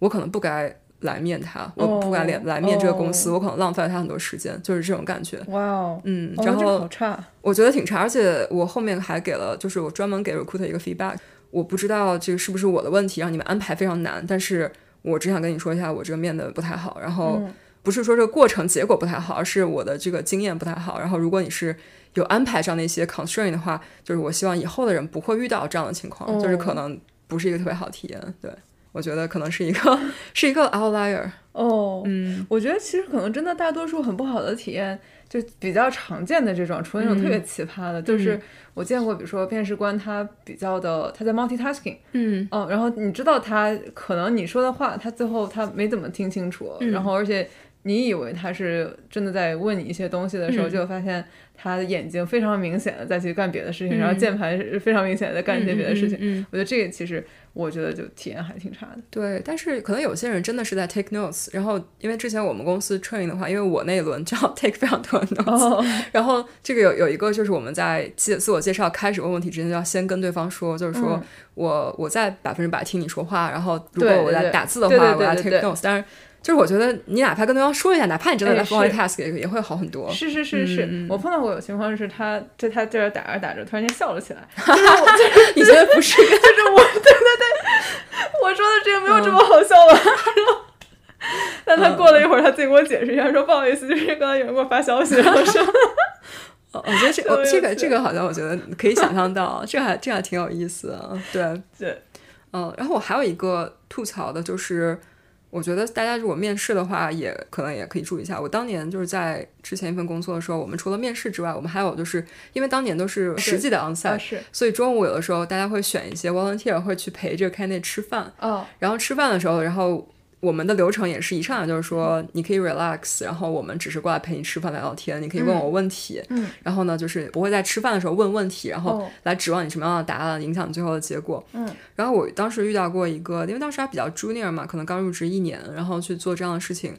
Speaker 1: 我可能不该来面他，我不该来
Speaker 2: 哦
Speaker 1: 来面这个公司，我可能浪费了他很多时间，就是这种感觉。
Speaker 2: 哇哦，
Speaker 1: 嗯，
Speaker 2: 哦
Speaker 1: 然
Speaker 2: 这个
Speaker 1: 后
Speaker 2: 好差，
Speaker 1: 我觉得挺差，而且我后面还给了，就是我专门给 recruiter 一个 feedback，我不知道这个是不是我的问题，让你们安排非常难，但是我只想跟你说一下，我这个面的不太好，然后不是说这个过程结果不太好，而是我的这个经验不太好，然后如果你是有安排上的一些 constraint 的话，就是我希望以后的人不会遇到这样的情况，
Speaker 2: 哦
Speaker 1: 就是可能不是一个特别好的体验，对。我觉得可能是一个 是一个 outlier，
Speaker 2: 哦，
Speaker 1: 嗯，
Speaker 2: 我觉得其实可能真的大多数很不好的体验，就比较常见的这种，除了那种特别奇葩的，就是我见过，比如说面试官他比较的他在 multitasking，
Speaker 1: 嗯
Speaker 2: 哦，然后你知道他可能你说的话，他最后他没怎么听清楚，
Speaker 1: 嗯
Speaker 2: 然后而且你以为他是真的在问你一些东西的时候，
Speaker 1: 嗯
Speaker 2: 结果发现他的眼睛非常明显的在去干别的事情，然后键盘是非常明显的在干一些别的事情。
Speaker 1: 嗯嗯嗯嗯
Speaker 2: 我觉得这个其实我觉得就体验还挺差的。
Speaker 1: 对，但是可能有些人真的是在 take notes，然后因为之前我们公司 train 的话，因为我那一轮正好 take 非常多的 notes，、
Speaker 2: 哦，
Speaker 1: 然后这个有有一个就是我们在介自我介绍开始问问题之前，就要先跟对方说，就是说
Speaker 2: 嗯
Speaker 1: 我、我在百分之百听你说话，然后如果
Speaker 2: 对对
Speaker 1: 我在
Speaker 2: 对
Speaker 1: 打字的话，
Speaker 2: 对对对
Speaker 1: 我要
Speaker 2: 对
Speaker 1: take
Speaker 2: 对
Speaker 1: notes，但是。就是我觉得你哪怕跟对方说一下，哪怕你真的
Speaker 2: 哎
Speaker 1: 在
Speaker 2: 是
Speaker 1: multitask 也也会好很多。
Speaker 2: 是是是是，
Speaker 1: 嗯嗯
Speaker 2: 我碰到过有情况是他在他这儿打着打着，突然间笑了起来。
Speaker 1: 你觉得不是一个
Speaker 2: 就是我，对对对，我说的这个没有这么好笑了。然后，
Speaker 1: 嗯
Speaker 2: 但他过了一会儿，他自己给我解释一下，说不好意思，就是刚才有人给我发消息，然后说，
Speaker 1: 哦我觉得这
Speaker 2: 特
Speaker 1: 我
Speaker 2: 别
Speaker 1: 这个
Speaker 2: 有趣
Speaker 1: 这个好像我觉得可以想象到，这还这还挺有意思的。对，
Speaker 2: 对，
Speaker 1: 嗯，然后我还有一个吐槽的，就是我觉得大家如果面试的话，也可能也可以注意一下。我当年就是在之前一份工作的时候，我们除了面试之外，我们还有就是因为当年都是实际的 onsite，、
Speaker 2: 是，
Speaker 1: 所以中午有的时候大家会选一些 volunteer 会去陪这个 candidate 吃饭，
Speaker 2: 哦，
Speaker 1: 然后吃饭的时候，然后我们的流程也是一上来就是说你可以 relax，然后我们只是过来陪你吃饭聊聊天，你可以问我问题，
Speaker 2: 嗯
Speaker 1: 然后呢就是不会在吃饭的时候问问题，然后
Speaker 2: 哦
Speaker 1: 来指望你什么样的答案影响最后的结果，
Speaker 2: 嗯，
Speaker 1: 然后我当时遇到过一个，因为当时还比较 junior 嘛，可能刚入职一年，然后去做这样的事情。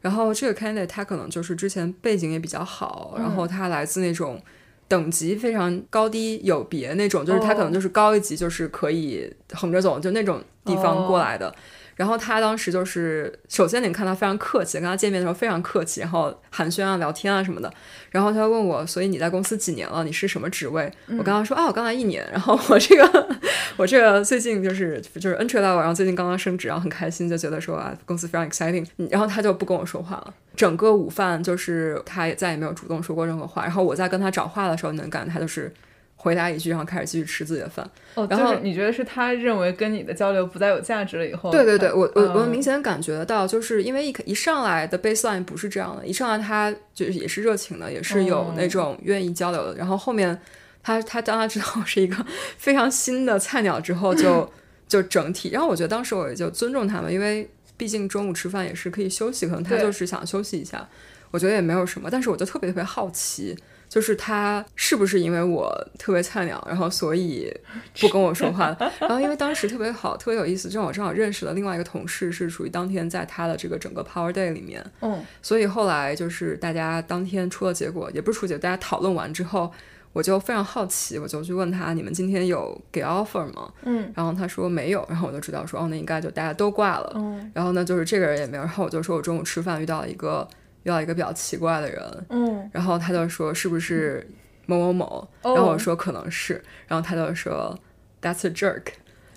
Speaker 1: 然后这个 candidate 他可能就是之前背景也比较好，然后他来自那种等级非常高低有别那种，就是他可能就是高一级就是可以横着走，就那种地方过来的。然后他当时就是，首先你看他非常客气，跟他见面的时候非常客气，然后寒暄啊、聊天啊什么的。然后他问我，所以你在公司几年了？你是什么职位？我刚刚说啊，我刚来一年。然后我这个我这个最近就是就是 entry level，然后最近刚刚升职，然后很开心，就觉得说啊，公司非常 exciting。然后他就不跟我说话了。整个午饭就是他也再也没有主动说过任何话。然后我在跟他找话的时候，能感觉他就是回答一句，然后开始继续吃自己的饭。
Speaker 2: 哦，
Speaker 1: 然
Speaker 2: 就
Speaker 1: 后
Speaker 2: 是你觉得是他认为跟你的交流不再有价值了以后，
Speaker 1: 对对对，
Speaker 2: 他
Speaker 1: 我我我
Speaker 2: 哦嗯
Speaker 1: 明显感觉到，就是因为一一上来的 baseline 不是这样的，一上来他就是也是热情的，也是有
Speaker 2: 哦
Speaker 1: 那种愿意交流的，然后后面他他当他知道我是一个非常新的菜鸟之后就，就整体，然后我觉得当时我也就尊重他们，因为毕竟中午吃饭也是可以休息，可能他
Speaker 2: 对
Speaker 1: 就是想休息一下，我觉得也没有什么，但是我就特别特别好奇，就是他是不是因为我特别菜鸟，然后所以不跟我说话了。然后因为当时特别好，特别有意思，正好正好认识了另外一个同事，是属于当天在他的这个整个 Power Day 里面，
Speaker 2: 嗯，
Speaker 1: 所以后来就是大家当天出了结果，也不是出结果，大家讨论完之后，我就非常好奇，我就去问他：“你们今天有给 offer 吗？”
Speaker 2: 嗯，
Speaker 1: 然后他说没有，然后我就知道说哦，那应该就大家都挂了。
Speaker 2: 嗯
Speaker 1: 然后呢，就是这个人也没有，然后我就说我中午吃饭遇到了一个遇到一个比较奇怪的人，
Speaker 2: 嗯，
Speaker 1: 然后他就说是不是某某某，
Speaker 2: 哦
Speaker 1: 然后我说可能是，然后他就说 That's a jerk。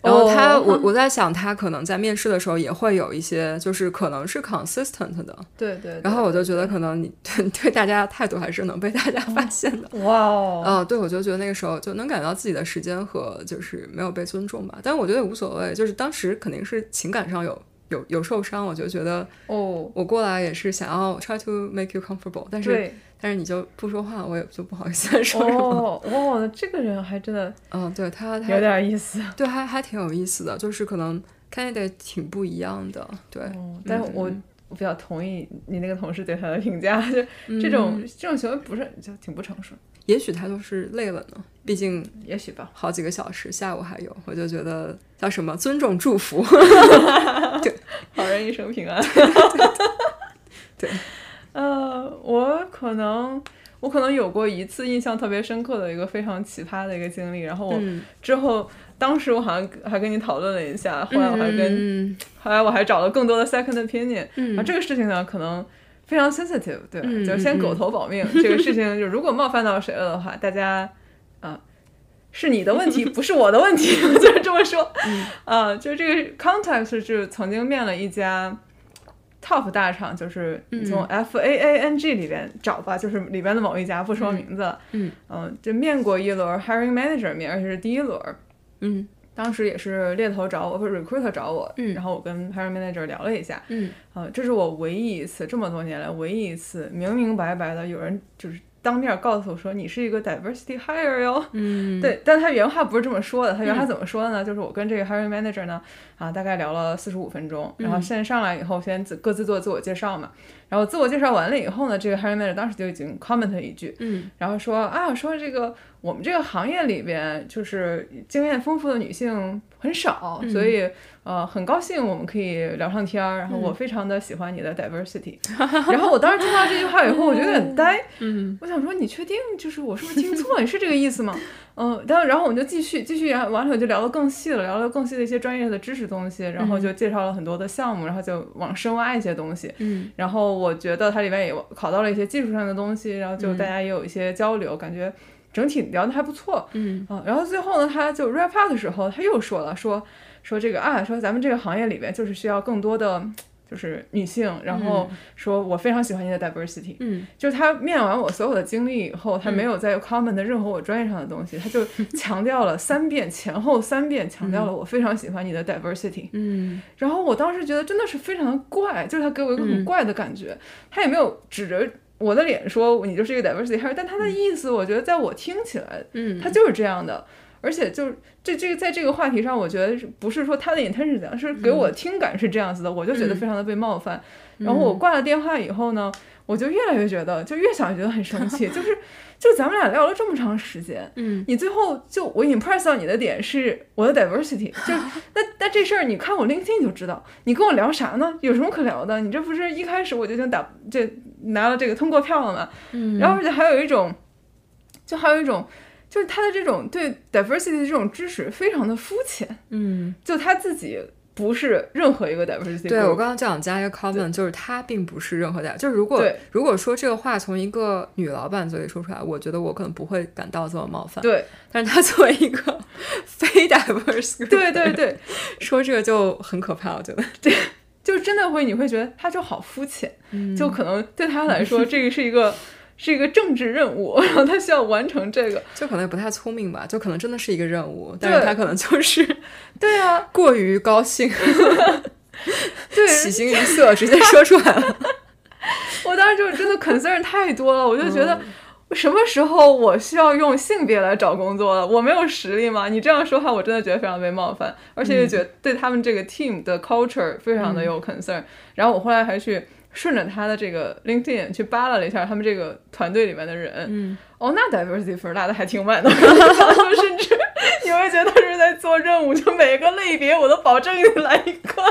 Speaker 1: 然后他，
Speaker 2: 哦
Speaker 1: 我我在想，他可能在面试的时候也会有一些，就是可能是 consistent 的，
Speaker 2: 对对。对
Speaker 1: 然后我就觉得可能你 对大家的态度还是能被大家发现的。
Speaker 2: 哇哦，
Speaker 1: 啊，对，我就觉得那个时候就能感觉到自己的时间和就是没有被尊重吧，但是我觉得也无所谓，就是当时肯定是情感上有有有受伤，我就觉得
Speaker 2: 哦，
Speaker 1: 我过来也是想要 try to make you comfortable，但是
Speaker 2: 对，
Speaker 1: 但是你就不说话，我也就不好意思再说什么。
Speaker 2: 哦，哇，这个人还真的
Speaker 1: 嗯，对他他
Speaker 2: 有点意思。
Speaker 1: 对还还挺有意思的，就是可能 candidate 挺不一样的，对，
Speaker 2: 哦，但
Speaker 1: 嗯
Speaker 2: 我我比较同意你那个同事对他的评价，就
Speaker 1: 嗯
Speaker 2: 这种、这种行为不是就挺不成熟，
Speaker 1: 也许他就是累了呢，毕竟
Speaker 2: 也许吧。
Speaker 1: 好几个小时，下午还有，我就觉得叫什么尊重祝福，
Speaker 2: 好人一生平 安。
Speaker 1: 对，
Speaker 2: 呃，我可能我可能有过一次印象特别深刻的一个非常奇葩的一个经历，然后我
Speaker 1: 嗯
Speaker 2: 之后、当时我好像还跟你讨论了一下，后来我还跟、
Speaker 1: 嗯
Speaker 2: 后来我还找了更多的 second opinion，、
Speaker 1: 嗯
Speaker 2: 啊，这个事情呢可能。非常 sensitive，对吧？
Speaker 1: 嗯
Speaker 2: 就是
Speaker 1: 嗯
Speaker 2: 先
Speaker 1: 嗯
Speaker 2: 狗头保命。这个事情就如果冒犯到谁了的话，大家，啊、是你的问题，不是我的问题， 我就是这么说。
Speaker 1: 嗯
Speaker 2: 啊，就这个 context 是曾经面了一家 top 大厂，就是你从
Speaker 1: 嗯
Speaker 2: F A A N G 里边找吧，就是里边的某一家，不说名字了。
Speaker 1: 嗯
Speaker 2: 嗯，就面过一轮 hiring manager 面，而且是第一轮。
Speaker 1: 嗯
Speaker 2: 当时也是猎头找我，不是 recruiter 找我，
Speaker 1: 嗯
Speaker 2: 然后我跟 hiring manager 聊了一下，
Speaker 1: 嗯
Speaker 2: 啊、这是我唯一一次这么多年来唯一一次明明白白的有人就是当面告诉我说你是一个 diversity hire 哟，
Speaker 1: 嗯
Speaker 2: 对，但他原话不是这么说的，他原话怎么说的呢？就是我跟这个 hiring manager 呢，啊，大概聊了四十五分钟，
Speaker 1: 嗯
Speaker 2: 然后先上来以后，先自各自做自我介绍嘛，然后自我介绍完了以后呢，这个 hiring manager 当时就已经 comment 了一句，
Speaker 1: 嗯，
Speaker 2: 然后说啊，说这个我们这个行业里边就是经验丰富的女性很少，
Speaker 1: 嗯
Speaker 2: 所以呃很高兴我们可以聊上天儿，然
Speaker 1: 嗯
Speaker 2: 后我非常的喜欢你的 diversity，、然后我当时听到这句话以后，我就有点呆，
Speaker 1: 嗯，
Speaker 2: 我想说你确定就是我是不是听错？你是这个意思吗？ 嗯，但然后我们就继续继续，然后完了我就聊得更细了，聊了更细的一些专业的知识东西，然后就介绍了很多的项目，然后就往深挖一些东西，
Speaker 1: 嗯
Speaker 2: 然后我觉得它里面也考到了一些技术上的东西，然后就大家也有一些交流，感觉整体聊得还不错。
Speaker 1: 嗯
Speaker 2: 啊，然后最后呢，他就 wrap up 的时候，他又说了，说说这个啊，说咱们这个行业里边就是需要更多的就是女性，然后说我非常喜欢你的 diversity，、
Speaker 1: 嗯
Speaker 2: 就是他面完我所有的经历以后，他没有再 comment 的任何我专业上的东西，他就强调了三遍，前后三遍强调了我非常喜欢你的 diversity，、
Speaker 1: 嗯
Speaker 2: 然后我当时觉得真的是非常的怪，就是他给我一个很怪的感觉，他也没有指着我的脸说你就是一个 diversity hire，但他的意思，我觉得在我听起来，
Speaker 1: 嗯
Speaker 2: 他就是这样的。而且就是这这个在这个话题上，我觉得是不是说他的 intention 是这样，是给我听感是这样子的，我就觉得非常的被冒犯。然后我挂了电话以后呢，我就越来越觉得，就越想觉得很生气，就是就咱们俩聊了这么长时间，
Speaker 1: 嗯
Speaker 2: 你最后就我 impress 到你的点是我的 diversity，就是 那那这事儿你看我 LinkedIn 你就知道，你跟我聊啥呢？有什么可聊的？你这不是一开始我就已经打这拿了这个通过票了吗？
Speaker 1: 嗯
Speaker 2: 然后而且还有一种，就还有一种，就是他的这种对 diversity 的这种知识非常的肤浅，
Speaker 1: 嗯，
Speaker 2: 就他自己不是任何一个 diversity，
Speaker 1: 对我
Speaker 2: group
Speaker 1: 刚刚就想加一个 comment，就是他并不是任何的，就是如果
Speaker 2: 对
Speaker 1: 如果说这个话从一个女老板嘴里说出来，我觉得我可能不会感到这么冒犯，
Speaker 2: 对
Speaker 1: 但是他作为一个 非 diverse，group
Speaker 2: 对对对，
Speaker 1: 说这个就很可怕，我觉得，
Speaker 2: 就真的会，你会觉得他就好肤浅，就可能对他来说，这个是一 个是一个政治任务，然后他需要完成这个。
Speaker 1: 就可能也不太聪明吧，就可能真的是一个任务，但是他可能就是
Speaker 2: 对啊，
Speaker 1: 过于高兴，
Speaker 2: 对，
Speaker 1: 喜形于色，直接说出来了，
Speaker 2: 我当时就是真的 concern 太多了，我就觉得。什么时候我需要用性别来找工作了？我没有实力吗？你这样说话，我真的觉得非常被冒犯，嗯而且也觉得对他们这个 team 的 culture 非常的有 concern、然后我后来还去顺着他的这个 LinkedIn 去扒拉了一下他们这个团队里面的人， 嗯，哦，那 diversity 分拉的还挺满的， 甚至你会觉得他是在做任务，就每个类别我都保证你来一个，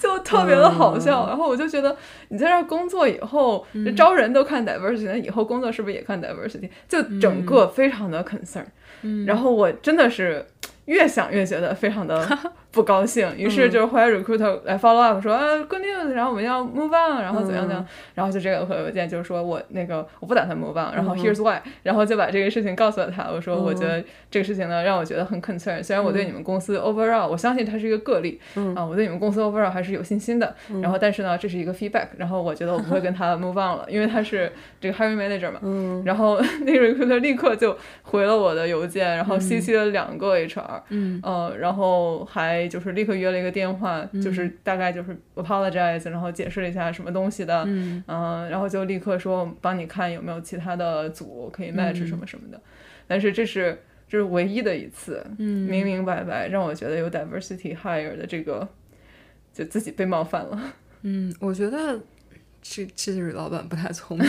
Speaker 2: 就特别的好笑。然后我就觉得你在这儿工作以后，这招人都看 diversity，那以后工作是不是也看 diversity？就整个非常的 concern。嗯，然后我真的是。越想越觉得非常的不高兴，于是就是后来 recruiter 来 follow up 说啊，news，然后我们要 move on，然后怎样怎样，然后就这个回邮件就是说我那个我不打算 move on，然后 here's why，然后就把这个事情告诉了他，我说我觉得这个事情呢让我觉得很 concern，虽然我对你们公司 overall 我相信它是一个个例，啊，我对你们公司 overall 还是有信心的，然后但是呢这是一个 feedback，然后我觉得我不会跟他 move on 了，因为他是这个 hiring manager 嘛，然后 那个 recruiter 立刻就回了我的邮件，然后 CC 了两个 HR。
Speaker 1: 嗯
Speaker 2: 呃，然后还就是立刻约了一个电话，就是
Speaker 1: 嗯
Speaker 2: 大概就是 apologize，然后解释了一下什么东西的，
Speaker 1: 嗯、
Speaker 2: 呃，然后就立刻说帮你看有没有其他的组可以 match
Speaker 1: 嗯
Speaker 2: 什么什么的，但是这是这是唯一的一次，
Speaker 1: 嗯
Speaker 2: 明明白白让我觉得有 diversity hire 的这个就自己被冒犯 了，
Speaker 1: 嗯，我觉得这这就是老板不太聪 明，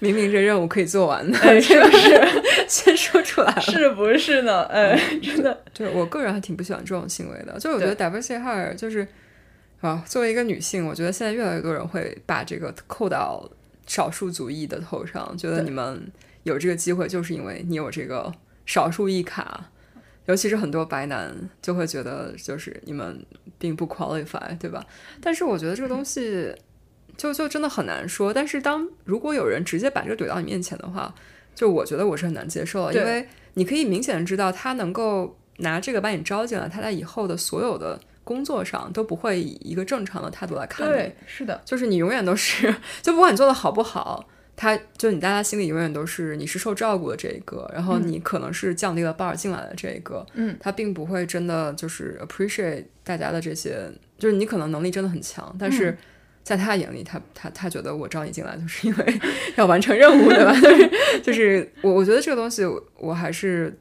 Speaker 1: 明明这任务可以做完的，
Speaker 2: 哎，是不是？
Speaker 1: 先说出来了。
Speaker 2: 是不是呢？哎，真的，
Speaker 1: 对我个人还挺不喜欢这种行为的，就是我觉得 diversity hire 就是啊，作为一个女性，我觉得现在越来越多人会把这个扣到少数族裔的头上，觉得
Speaker 2: 对
Speaker 1: 你们有这个机会，就是因为你有这个少数裔卡。尤其是很多白男就会觉得，就是你们并不 qualify，对吧？但是我觉得这个东西就就真的很难说。但是当如果有人直接把这个怼到你面前的话，就我觉得我是很难接受的，
Speaker 2: 对
Speaker 1: 因为你可以明显地知道他能够拿这个把你招进来，他在以后的所有的工作上都不会以一个正常的态度来看你，
Speaker 2: 对，是的，
Speaker 1: 就是你永远都是，就不管你做的好不好。他就你，大家心里永远都是你是受照顾的这一个，然后你可能是降低了 bar 进来的这一个，
Speaker 2: 嗯，
Speaker 1: 他并不会真的就是 appreciate 大家的这些，就是你可能能力真的很强，但
Speaker 2: 嗯
Speaker 1: 是在他眼里，他他他觉得我招你进来就是因为 要完成任务，对吧？ 就是就是我我觉得这个东西我我还是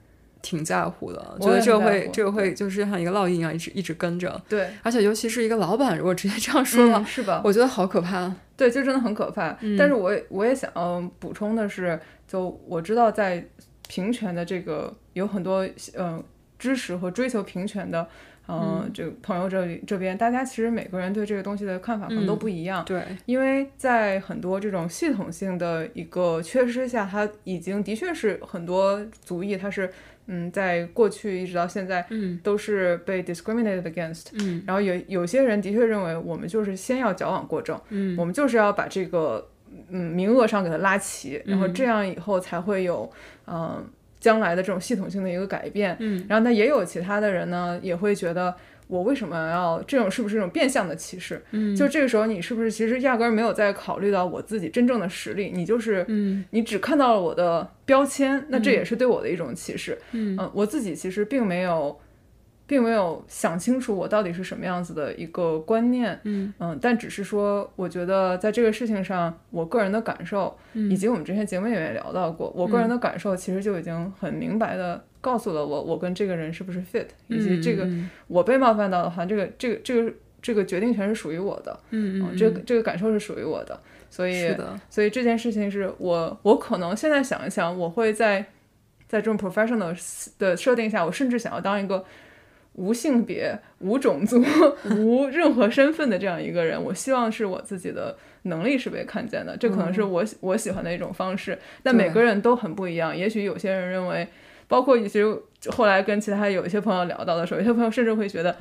Speaker 1: 挺在乎的，
Speaker 2: 我
Speaker 1: 觉得
Speaker 2: 也
Speaker 1: 这个
Speaker 2: 很在
Speaker 1: 会
Speaker 2: 乎
Speaker 1: 这个会就是像一个烙印一样一直一直跟着，
Speaker 2: 对，
Speaker 1: 而且尤其是一个老板如果直接这样说
Speaker 2: 嗯
Speaker 1: 了，
Speaker 2: 是吧？
Speaker 1: 我觉得好可怕。
Speaker 2: 对，这真的很可怕。但是我也我也想要补充的是，就我知道在平权的这个有很多呃支持和追求平权的。呃、嗯，这个朋友这里这边，大家其实每个人对这个东西的看法可能都
Speaker 1: 嗯
Speaker 2: 不一样，
Speaker 1: 对，
Speaker 2: 因为在很多这种系统性的一个缺失下，它已经的确是很多族裔，它是嗯，在过去一直到现在，
Speaker 1: 嗯
Speaker 2: 都是被 discriminated against，
Speaker 1: 嗯
Speaker 2: 然后有有些人的确认为我们就是先要矫枉过正，
Speaker 1: 嗯
Speaker 2: 我们就是要把这个嗯名额上给它拉齐，然后
Speaker 1: 嗯
Speaker 2: 这样以后才会有嗯、呃将来的这种系统性的一个改变。
Speaker 1: 嗯，
Speaker 2: 然后那也有其他的人呢，也会觉得。我为什么要这种？是不是一种变相的歧视？
Speaker 1: 嗯
Speaker 2: 就这个时候，你是不是其实压根儿没有在考虑到我自己真正的实力？你就是，
Speaker 1: 嗯
Speaker 2: 你只看到了我的标签，那这也是对我的一种歧视。
Speaker 1: 嗯
Speaker 2: 呃我自己其实并没有，并没有想清楚我到底是什么样子的一个观念。
Speaker 1: 嗯
Speaker 2: 嗯，但只是说，我觉得在这个事情上，我个人的感受，
Speaker 1: 嗯
Speaker 2: 以及我们之前节目里面也聊到过，我个人的感受其实就已经很明白的告诉了我，我跟这个人是不是 fit，以及这个
Speaker 1: 嗯
Speaker 2: 我被冒犯到的话，这个这个这个这个决定权是属于我的，
Speaker 1: 嗯
Speaker 2: 嗯，这个这个感受是属于我的，所以
Speaker 1: 是的，
Speaker 2: 所以这件事情是我，我可能现在想一想，我会在在这种 professional 的设定下，我甚至想要当一个无性别、无种族、 无任何身份的这样一个人。我希望是我自己的能力是被看见的，这可能是
Speaker 1: 嗯
Speaker 2: 我、喜我喜欢的一种方式。但每个人都很不一样，也许有些人认为，包括其实后来跟其他有一些朋友聊到的时候，有些朋友甚至会觉得，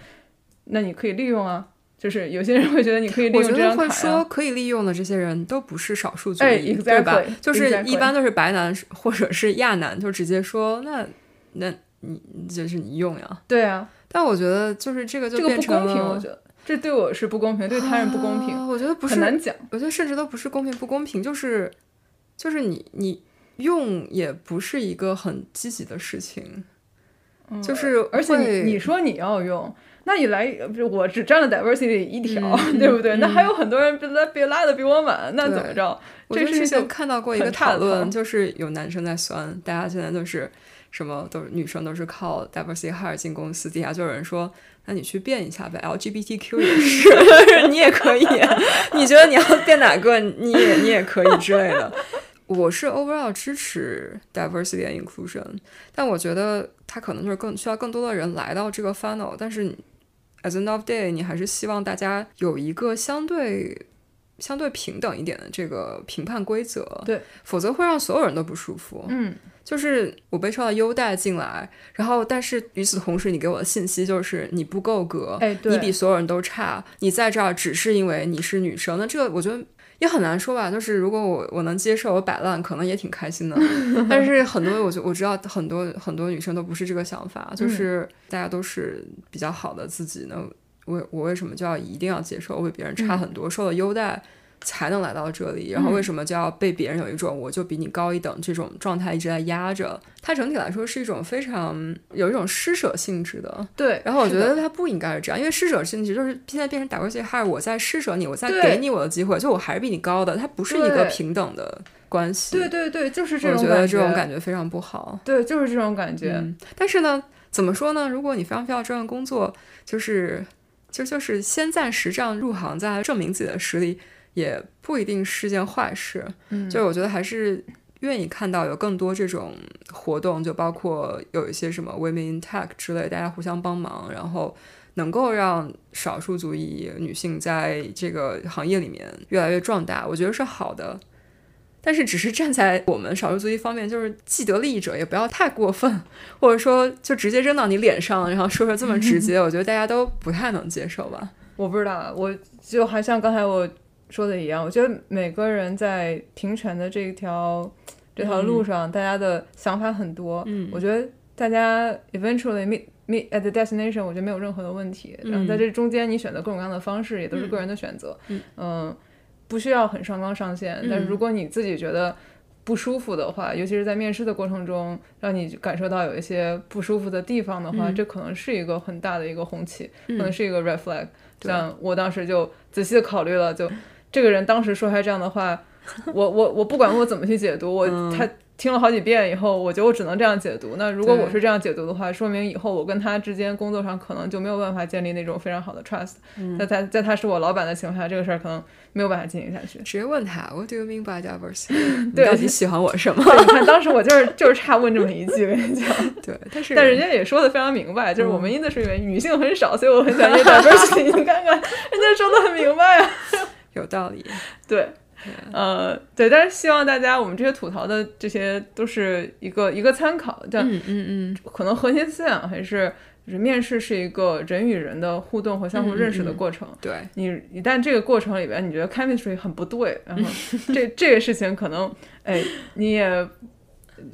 Speaker 2: 那你可以利用啊。就是有些人会觉得你可以利
Speaker 1: 我
Speaker 2: 用
Speaker 1: 觉
Speaker 2: 这
Speaker 1: 得
Speaker 2: 张卡、
Speaker 1: 会
Speaker 2: 呀。
Speaker 1: 说可以利用的这些人都不是少数族裔，
Speaker 2: 哎
Speaker 1: 对吧
Speaker 2: exactly，？
Speaker 1: 就是一
Speaker 2: exactly
Speaker 1: 般都是白男或者是亚男，就直接说那那你就是你用呀。
Speaker 2: 对啊，
Speaker 1: 但我觉得就是这个就
Speaker 2: 这个
Speaker 1: 变
Speaker 2: 不
Speaker 1: 成
Speaker 2: 公
Speaker 1: 了
Speaker 2: 平，我觉得这对我是不公平，对他人不公平，
Speaker 1: 啊我觉得不是
Speaker 2: 很难讲。
Speaker 1: 我觉得甚至都不是公平不公平，就是就是你你用也不是一个很积极的事情，就是
Speaker 2: 嗯而且
Speaker 1: 会
Speaker 2: 你你说你要用，那你来，不是我只占了 diversity 一条，
Speaker 1: 嗯
Speaker 2: 对不对？那还有很多人被拉被拉的比我满，那怎么着？
Speaker 1: 我
Speaker 2: 这
Speaker 1: 就
Speaker 2: 事
Speaker 1: 之
Speaker 2: 情
Speaker 1: 前
Speaker 2: 就
Speaker 1: 看到过一个
Speaker 2: 很差
Speaker 1: 讨
Speaker 2: 的
Speaker 1: 论，
Speaker 2: 哈
Speaker 1: 就是有男生在酸，大家现在就是什么都是女生都是靠 diversity hire 进公司，底下就有人说，那你去变一下呗，LGBTQ 也是，你 也可以，你觉得你要变哪个，你也你也可以之类的。我是 overall 支持 diversity and inclusion，但我觉得它可能就是更需要更多的人来到这个 funnel，但是 as end of day，你还是希望大家有一个相对相对平等一点的这个评判规则，
Speaker 2: 对，
Speaker 1: 否则会让所有人都不舒服。
Speaker 2: 嗯，
Speaker 1: 就是我被受到优待进来，然后但是与此同时，你给我的信息就是你不够格，
Speaker 2: 哎对
Speaker 1: 哦你比所有人都差，你在这儿只是因为你是女生，那这个我觉得。也很难说吧，就是如果我我能接受我摆烂，可能也挺开心的。但是很多我就我知道很多很多女生都不是这个想法，就是大家都是比较好的自己呢。那我我为什么就要一定要接受我比别人差很多，受了优待才能来到这里？然后为什么就要被别人有一种我就比你高一等这种状态一直在压着？它整体来说是一种非常有一种施舍性质的。
Speaker 2: 对。
Speaker 1: 然后我
Speaker 2: 是
Speaker 1: 觉
Speaker 2: 的
Speaker 1: 得他不应该是这样，因为施舍性质就是现在变成打游戏害我在施舍你，我在
Speaker 2: 对
Speaker 1: 给你我的机会，就我还是比你高的，它不是一个
Speaker 2: 对
Speaker 1: 平等的关系。
Speaker 2: 对对对，就是这
Speaker 1: 我
Speaker 2: 种
Speaker 1: 觉
Speaker 2: 感
Speaker 1: 得这种感觉非常不好。
Speaker 2: 对，就是这种感觉。
Speaker 1: 嗯，但是呢，怎么说呢？如果你非常非要这份工作，就是就就是先暂时这样入行，再来证明自己的实力，也不一定是件坏事。
Speaker 2: 嗯
Speaker 1: 就是我觉得还是愿意看到有更多这种活动，就包括有一些什么 Women in Tech 之类，大家互相帮忙，然后能够让少数族裔女性在这个行业里面越来越壮大，我觉得是好的。但是，只是站在我们少数族裔方面，就是既得利益者也不要太过分，或者说就直接扔到你脸上，然后说说这么直 接，我觉得大家都不太能接受吧。
Speaker 2: 我不知道，我就还像刚才我说的一样，我觉得每个人在平权的这条这条路上，大家的想法很多。
Speaker 1: 嗯
Speaker 2: 我觉得大家 eventually meet meet at the destination，我觉得没有任何的问题。
Speaker 1: 嗯
Speaker 2: 然后在这中间，你选择各种各样的方式，也都是个人的选择。
Speaker 1: 嗯
Speaker 2: 嗯不需要很上纲上线。但是如果你自己觉得不舒服的话，尤其是在面试的过程中，让你感受到有一些不舒服的地方的话，
Speaker 1: 嗯
Speaker 2: 这可能是一个很大的一个红旗，
Speaker 1: 嗯
Speaker 2: 可能是一个 red flag。
Speaker 1: 对
Speaker 2: 像我当时就仔细的考虑了，就这个人当时说出来这样的话，我我我不管我怎么去解读，我
Speaker 1: 嗯
Speaker 2: 他听了好几遍以后，我觉得我只能这样解读。那如果
Speaker 1: 对
Speaker 2: 我是这样解读的话，说明以后我跟他之间工作上可能就没有办法建立那种非常好的 trust、在
Speaker 1: 嗯
Speaker 2: 他在他是我老板的情况下，这个事儿可能没有办法进行下去。
Speaker 1: 直接问他 What do you mean by diversity？你
Speaker 2: 对
Speaker 1: 到底喜欢我 什么？
Speaker 2: 对你看，当时我就是就是差问这么一句，我跟你 讲，
Speaker 1: 对，但是
Speaker 2: 但人家也说的非常明白，就是我
Speaker 1: 嗯
Speaker 2: 们 industry 里面女性很少，所以我很想这 diversity。你 看看，人家说的很明白啊。
Speaker 1: 有道理。
Speaker 2: 对，呃，对，但是希望大家我们这些吐槽的这些都是一个一个参考，但
Speaker 1: 嗯嗯
Speaker 2: 可能核心思想还是就是面试是一个人与人的互动和相互认识的过程。
Speaker 1: 对，
Speaker 2: 你一旦这个过程里边你觉得 chemistry 很不对，然后 这这个事情可能，哎，你也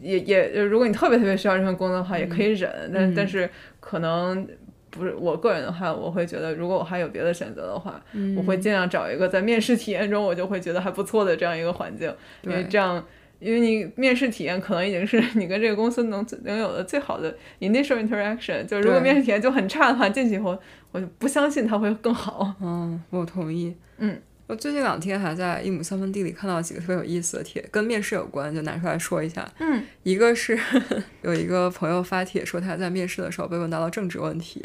Speaker 2: 也也，如果你特别特别需要这份工作的话，也可
Speaker 1: 嗯
Speaker 2: 以忍，但但是可能不是我个人的话，我会觉得如果我还有别的选择的话，我会
Speaker 1: 嗯
Speaker 2: 尽量找一个在面试体验中我就会觉得还不错的这样一个环境，因为
Speaker 1: 对
Speaker 2: 这样。因为你面试体验可能已经是你跟这个公司能能有的最好的 initial interaction，就如果
Speaker 1: 对
Speaker 2: 面试体验就很差的话，进去以后我就不相信它会更好。
Speaker 1: 嗯，我同意。
Speaker 2: 嗯，
Speaker 1: 我最近两天还在一亩三分地里看到几个特别有意思的帖，跟面试有关，就拿出来说一下。
Speaker 2: 嗯，
Speaker 1: 一个是 有一个朋友发帖说他在面试的时候被问到了政治问题，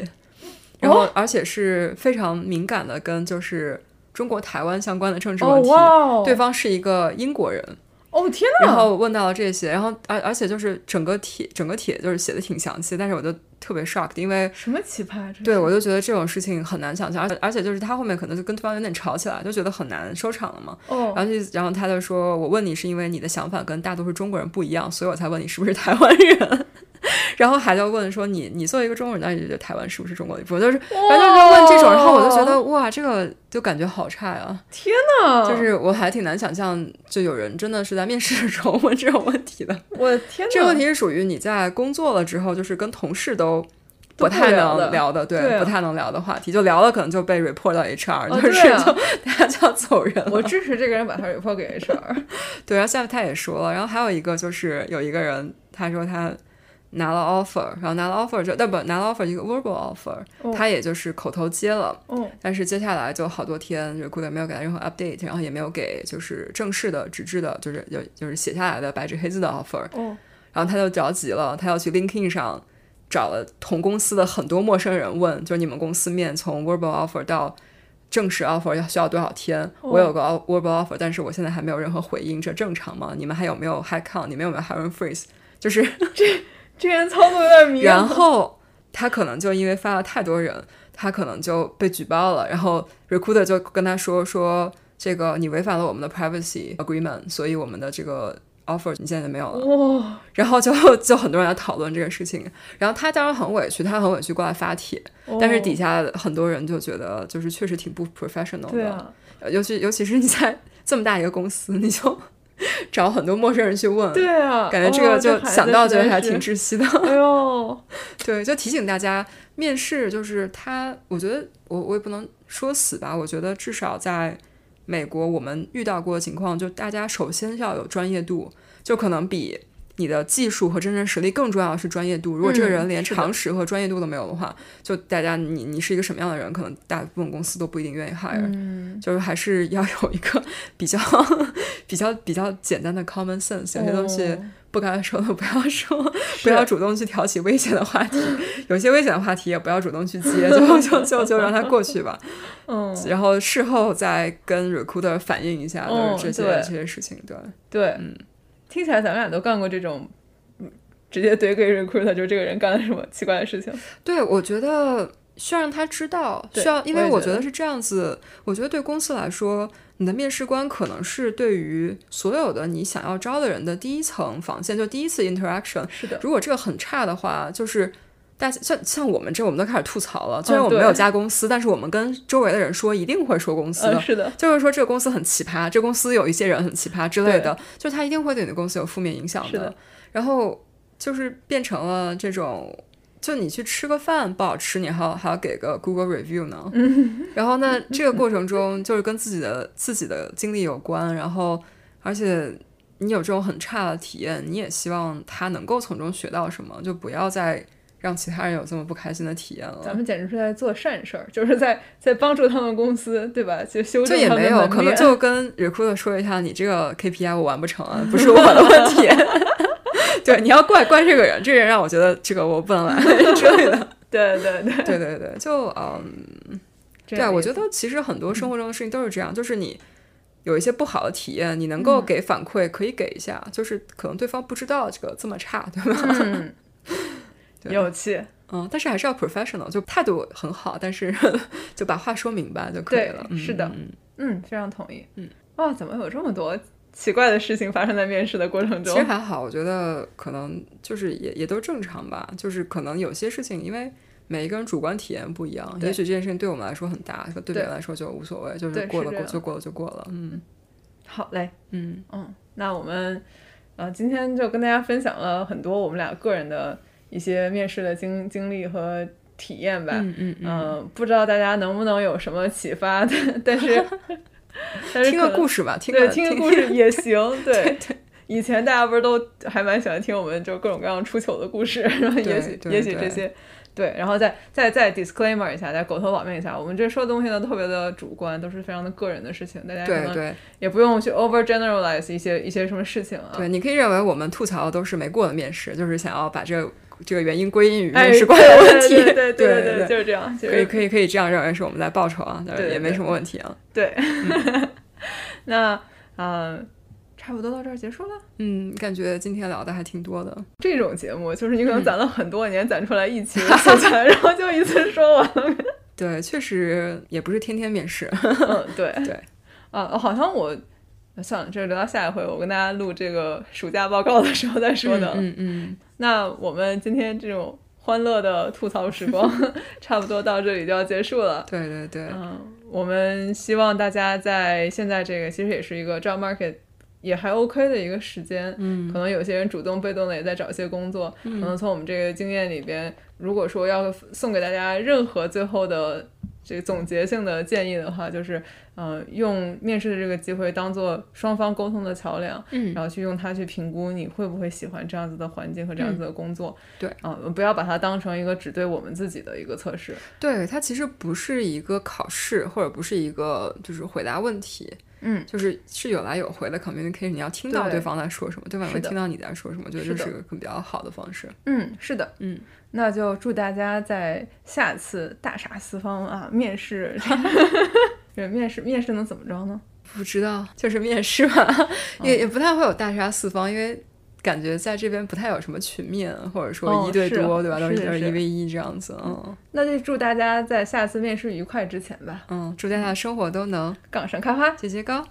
Speaker 1: 然
Speaker 2: 哦
Speaker 1: 后而且是非常敏感的跟就是中国台湾相关的政治问题。
Speaker 2: 哦
Speaker 1: 对方是一个英国人，
Speaker 2: 哦天呐，
Speaker 1: 然后问到了这些，然后而而且就是整个帖整个帖就是写的挺详细，但是我就特别 shocked，因为
Speaker 2: 什么奇葩？这
Speaker 1: 对，我就觉得这种事情很难想象，而且而且就是他后面可能就跟对方有点吵起来，就觉得很难收场了嘛。
Speaker 2: 哦
Speaker 1: 然后就然后他就说，我问你是因为你的想法跟大多数中国人不一样，所以我才问你是不是台湾人。 然后还在问说你你作为一个中国人，那你觉得台湾是不是中国的一部分？就是反正就问这种，然后我就觉得哇，这个就感觉好差啊！
Speaker 2: 天呐，
Speaker 1: 就是我还挺难想象，就有人真的是在面试的时候问这种问题的。
Speaker 2: 我的天呐，
Speaker 1: 这个问题是属于你在工作了之后，就是跟同事都不
Speaker 2: 都不
Speaker 1: 太
Speaker 2: 聊
Speaker 1: 能
Speaker 2: 的
Speaker 1: 聊的，
Speaker 2: 对啊
Speaker 1: 不太能聊的话题，就聊了可能就被 report 到 HR，、
Speaker 2: 哦
Speaker 1: 就是
Speaker 2: 对啊
Speaker 1: 就 大家就要走人了。
Speaker 2: 我支持这个人把他 report 给 HR。
Speaker 1: 对，然后下面他也说了，然后还有一个就是有一个人他说他。拿了 offer，然后拿了 offer 就那不拿了 offer 一个 verbal offer，、
Speaker 2: 哦
Speaker 1: 他也就是口头接了，
Speaker 2: 哦
Speaker 1: 但是接下来就好多天就是 recruiter 没有给他任何 update，然后也没有给就是正式的纸质的，就是有就是写下来的白纸黑字的 offer，
Speaker 2: 哦
Speaker 1: 然后他就着急了，他要去 LinkedIn 上找了同公司的很多陌生人问，就是你们公司面从 verbal offer 到正式 offer 要需要多少天？我有个 o- verbal offer，但是我现在还没有任何回应，这正常吗？你们还有没有 high count？你们有没有 hiring freeze？就是
Speaker 2: 这人操作有点迷。
Speaker 1: 然后他可能就因为发了太多人，他可能就被举报了。然后 recruiter 就跟他说说这个你违反了我们的 privacy agreement，所以我们的这个 offer 你现在就没有了。
Speaker 2: 哇，
Speaker 1: 然后就就很多人在讨论这个事情。然后他当然很委屈，他很委屈过来发帖，
Speaker 2: 哦
Speaker 1: 但是底
Speaker 2: 下
Speaker 1: 下很多人就觉得就是确实挺不 professional
Speaker 2: 对
Speaker 1: 的，
Speaker 2: 啊，
Speaker 1: 呃尤其尤其是你在这么大一个公司，你就 找很多陌生人去问。
Speaker 2: 对啊，
Speaker 1: 嗯感觉这
Speaker 2: 哦
Speaker 1: 个就
Speaker 2: 孩子
Speaker 1: 想到觉
Speaker 2: 实
Speaker 1: 得
Speaker 2: 在
Speaker 1: 还
Speaker 2: 是
Speaker 1: 挺窒息的，
Speaker 2: 哎呦，
Speaker 1: 对，就提醒大家，面试就是它，我觉得我我也不能说死吧，我觉得至少在美国，我们遇到过的情况，就大家首先要有专业度，就可能比你的技术和真正实力更重要的是专业度。如果这个
Speaker 2: 嗯
Speaker 1: 人连
Speaker 2: 是的
Speaker 1: 常识和专业度都没有的话，就大家你你是一个什么样的人，可能大部分公司都不一定愿意 hire。
Speaker 2: 嗯，
Speaker 1: 就是还是要有一个比较 比较比较简单的 common sense，有些东西
Speaker 2: 哦
Speaker 1: 不该说 的不要说，不
Speaker 2: 是
Speaker 1: 要主动去挑起危险的话 题，有些危险的话题也不要主动去接，就就就就让它过去吧。
Speaker 2: 嗯，
Speaker 1: 然后事后再跟 recruiter 反映一下，
Speaker 2: 嗯
Speaker 1: 就是这些、
Speaker 2: 对
Speaker 1: 这些事情，对。
Speaker 2: 对，
Speaker 1: 嗯
Speaker 2: 听起来咱们俩都干过这种，嗯直接怼给 recruiter，就是这个人干了什么奇怪的事情。
Speaker 1: 对，我觉得需要让他知道，
Speaker 2: 对
Speaker 1: 需要，因
Speaker 2: 我
Speaker 1: 为
Speaker 2: 也
Speaker 1: 我
Speaker 2: 觉
Speaker 1: 觉
Speaker 2: 得
Speaker 1: 得是这样子。我觉得对公司来说，你的面试官可能是对于所有的你想要招的人的第一层防线，就第一次 interaction。
Speaker 2: 是的，
Speaker 1: 如果这个很差的话，就是。大家像像我们这，我们都开始吐槽了。虽然
Speaker 2: 嗯
Speaker 1: 我们没有
Speaker 2: 对
Speaker 1: 加公司，但是我们跟周围的人说一定会说公司的，
Speaker 2: 嗯，是的，
Speaker 1: 就是说这个公司很奇葩，这公司有一些人很奇葩之类的，就是他一定会对你的公司有负面影响
Speaker 2: 是的
Speaker 1: 然后就是变成了这种，就你去吃个饭不好吃，你还要还要给个 Google review 呢。 然后那这个过程中就是跟自己的自己的经历有关，然后而且。你有这种很差的体验，你也希望他能够从中学到什么，就不要再让其他人有这么不开心的体验了。
Speaker 2: 咱们简直是在做善事儿，就是在在帮助他们公司，对吧？就修
Speaker 1: 这
Speaker 2: 正
Speaker 1: 也
Speaker 2: 他们
Speaker 1: 没
Speaker 2: 的
Speaker 1: 有，
Speaker 2: 门
Speaker 1: 可能
Speaker 2: 面
Speaker 1: 就跟 recruiter 说一下，你这个 KPI 我完不成啊，不是我 的问题。 对，你要怪怪这个人，这个人让我觉得这个我不能 来之类的。
Speaker 2: 对对 对，
Speaker 1: 对对对，就嗯，
Speaker 2: 这
Speaker 1: 对啊，
Speaker 2: 样
Speaker 1: 我
Speaker 2: 也
Speaker 1: 觉得其实很多生活中的事情都是这样，就是你有一些不好的体验，你能
Speaker 2: 嗯
Speaker 1: 够给反馈，可以给一下，就是可能对方不知道这个这么差，对吧？
Speaker 2: 嗯，
Speaker 1: 对
Speaker 2: 有气，
Speaker 1: 嗯，但是还是要 professional，就态度很好，但是 就把话说明白就可以
Speaker 2: 对
Speaker 1: 了。嗯
Speaker 2: 是的
Speaker 1: 嗯嗯
Speaker 2: 嗯，非常同意，
Speaker 1: 嗯，
Speaker 2: 哇，怎么有这么多奇怪的事情发生在面试的过程
Speaker 1: 其
Speaker 2: 中
Speaker 1: 实？还好，我觉得可能就是也也都正常吧，就是可能有些事情，因为每一个人主观体验不一样，
Speaker 2: 对
Speaker 1: 也许这件事情对我们来说很大，可对别
Speaker 2: 对
Speaker 1: 人来说就无所谓，就
Speaker 2: 对
Speaker 1: 是过了
Speaker 2: 是这
Speaker 1: 过
Speaker 2: 样
Speaker 1: 就过了就过了，嗯
Speaker 2: 好嘞，
Speaker 1: 嗯，
Speaker 2: 嗯，那我们呃今天就跟大家分享了很多我们俩个人的一些面试的经经历和体验吧。
Speaker 1: 嗯嗯嗯
Speaker 2: 呃不知道大家能不能有什么启发，但 但是但
Speaker 1: 嗯
Speaker 2: 是
Speaker 1: 听
Speaker 2: 可
Speaker 1: 个
Speaker 2: 能
Speaker 1: 故事吧，听
Speaker 2: 对
Speaker 1: 个
Speaker 2: 听个
Speaker 1: 听
Speaker 2: 故事也行，对。以前大家不是都还蛮喜欢听我们就各种各样出糗的故事，然后也许
Speaker 1: 对
Speaker 2: 也许
Speaker 1: 对
Speaker 2: 这些，对，然后再再再 disclaimer 一下，再狗头保命一下，我们这说的东西呢特别的主观，都是非常的个人的事情，大家可
Speaker 1: 对
Speaker 2: 能
Speaker 1: 对
Speaker 2: 也不用去 over generalize 一些一些什么事情啊。
Speaker 1: 对，你可以认为我们吐槽的都是没过的面试，就是想要把这个这个原因归因于
Speaker 2: 哎，
Speaker 1: 面试官的
Speaker 2: 对
Speaker 1: 问题， 对
Speaker 2: 对对对对，
Speaker 1: 对，
Speaker 2: 就是这样，就
Speaker 1: 可以
Speaker 2: 是
Speaker 1: 可以可以这样认为是我们在报仇啊，但
Speaker 2: 对
Speaker 1: 是
Speaker 2: 对
Speaker 1: 也没
Speaker 2: 对
Speaker 1: 什么问题啊，
Speaker 2: 对。 那嗯、呃差不多到这儿结束了。
Speaker 1: 嗯，感觉今天聊的还挺多的，
Speaker 2: 这种节目就是你可能攒了很多年，攒出来一期的素 材，然后就一次说完了。
Speaker 1: 对，确实也不是天天面试，
Speaker 2: 嗯，对
Speaker 1: 对
Speaker 2: 啊，好像我算了，这留到下一回，我跟大家录这个暑假报告的时候再说的。
Speaker 1: 嗯 嗯，
Speaker 2: 那我们今天这种欢乐的吐槽时光， 差不多到这里就要结束了。
Speaker 1: 对对对，
Speaker 2: 嗯，我们希望大家在现在这个其实也是一个 job market 也还 OK 的一个时间，嗯，可嗯能有些人主动被动的也在找一些工作，可能从我们这个经验里边，如果说要送给大家任何最后的这个总结性的建议的话，就是，呃，用面试的这个机会当做双方沟通的桥梁，
Speaker 1: 嗯
Speaker 2: 然后去用它去评估你会不会喜欢这样子的环境和这样子的工作，
Speaker 1: 对
Speaker 2: 啊、不要把它当成一个只对我们自己的一个测试，
Speaker 1: 对，它其实不是一个考试，或者不是一个就是回答问题，
Speaker 2: 嗯，
Speaker 1: 就是是有来有回的 communication，你要听到
Speaker 2: 对
Speaker 1: 对方在说什么，对方也会
Speaker 2: 是的
Speaker 1: 听到你在说什么，我觉得
Speaker 2: 是
Speaker 1: 这
Speaker 2: 的
Speaker 1: 是个比较好的方式。
Speaker 2: 嗯，是的，
Speaker 1: 嗯，
Speaker 2: 那就祝大家在下次大杀四方啊，面试，对，面试面试能怎么着呢？
Speaker 1: 不知道，就是面试吧，
Speaker 2: 嗯
Speaker 1: 也也不太会有大杀四方，因为感觉在这边不太有什么群面，或者
Speaker 2: 哦
Speaker 1: 说一对
Speaker 2: 是
Speaker 1: 多，对吧？都
Speaker 2: 是
Speaker 1: 都是
Speaker 2: 是
Speaker 1: 一 v 一这样子。嗯
Speaker 2: 那就祝大家在下次面试愉快之前吧，
Speaker 1: 嗯，祝大家生活都能
Speaker 2: 杠上开花。
Speaker 1: 节节高。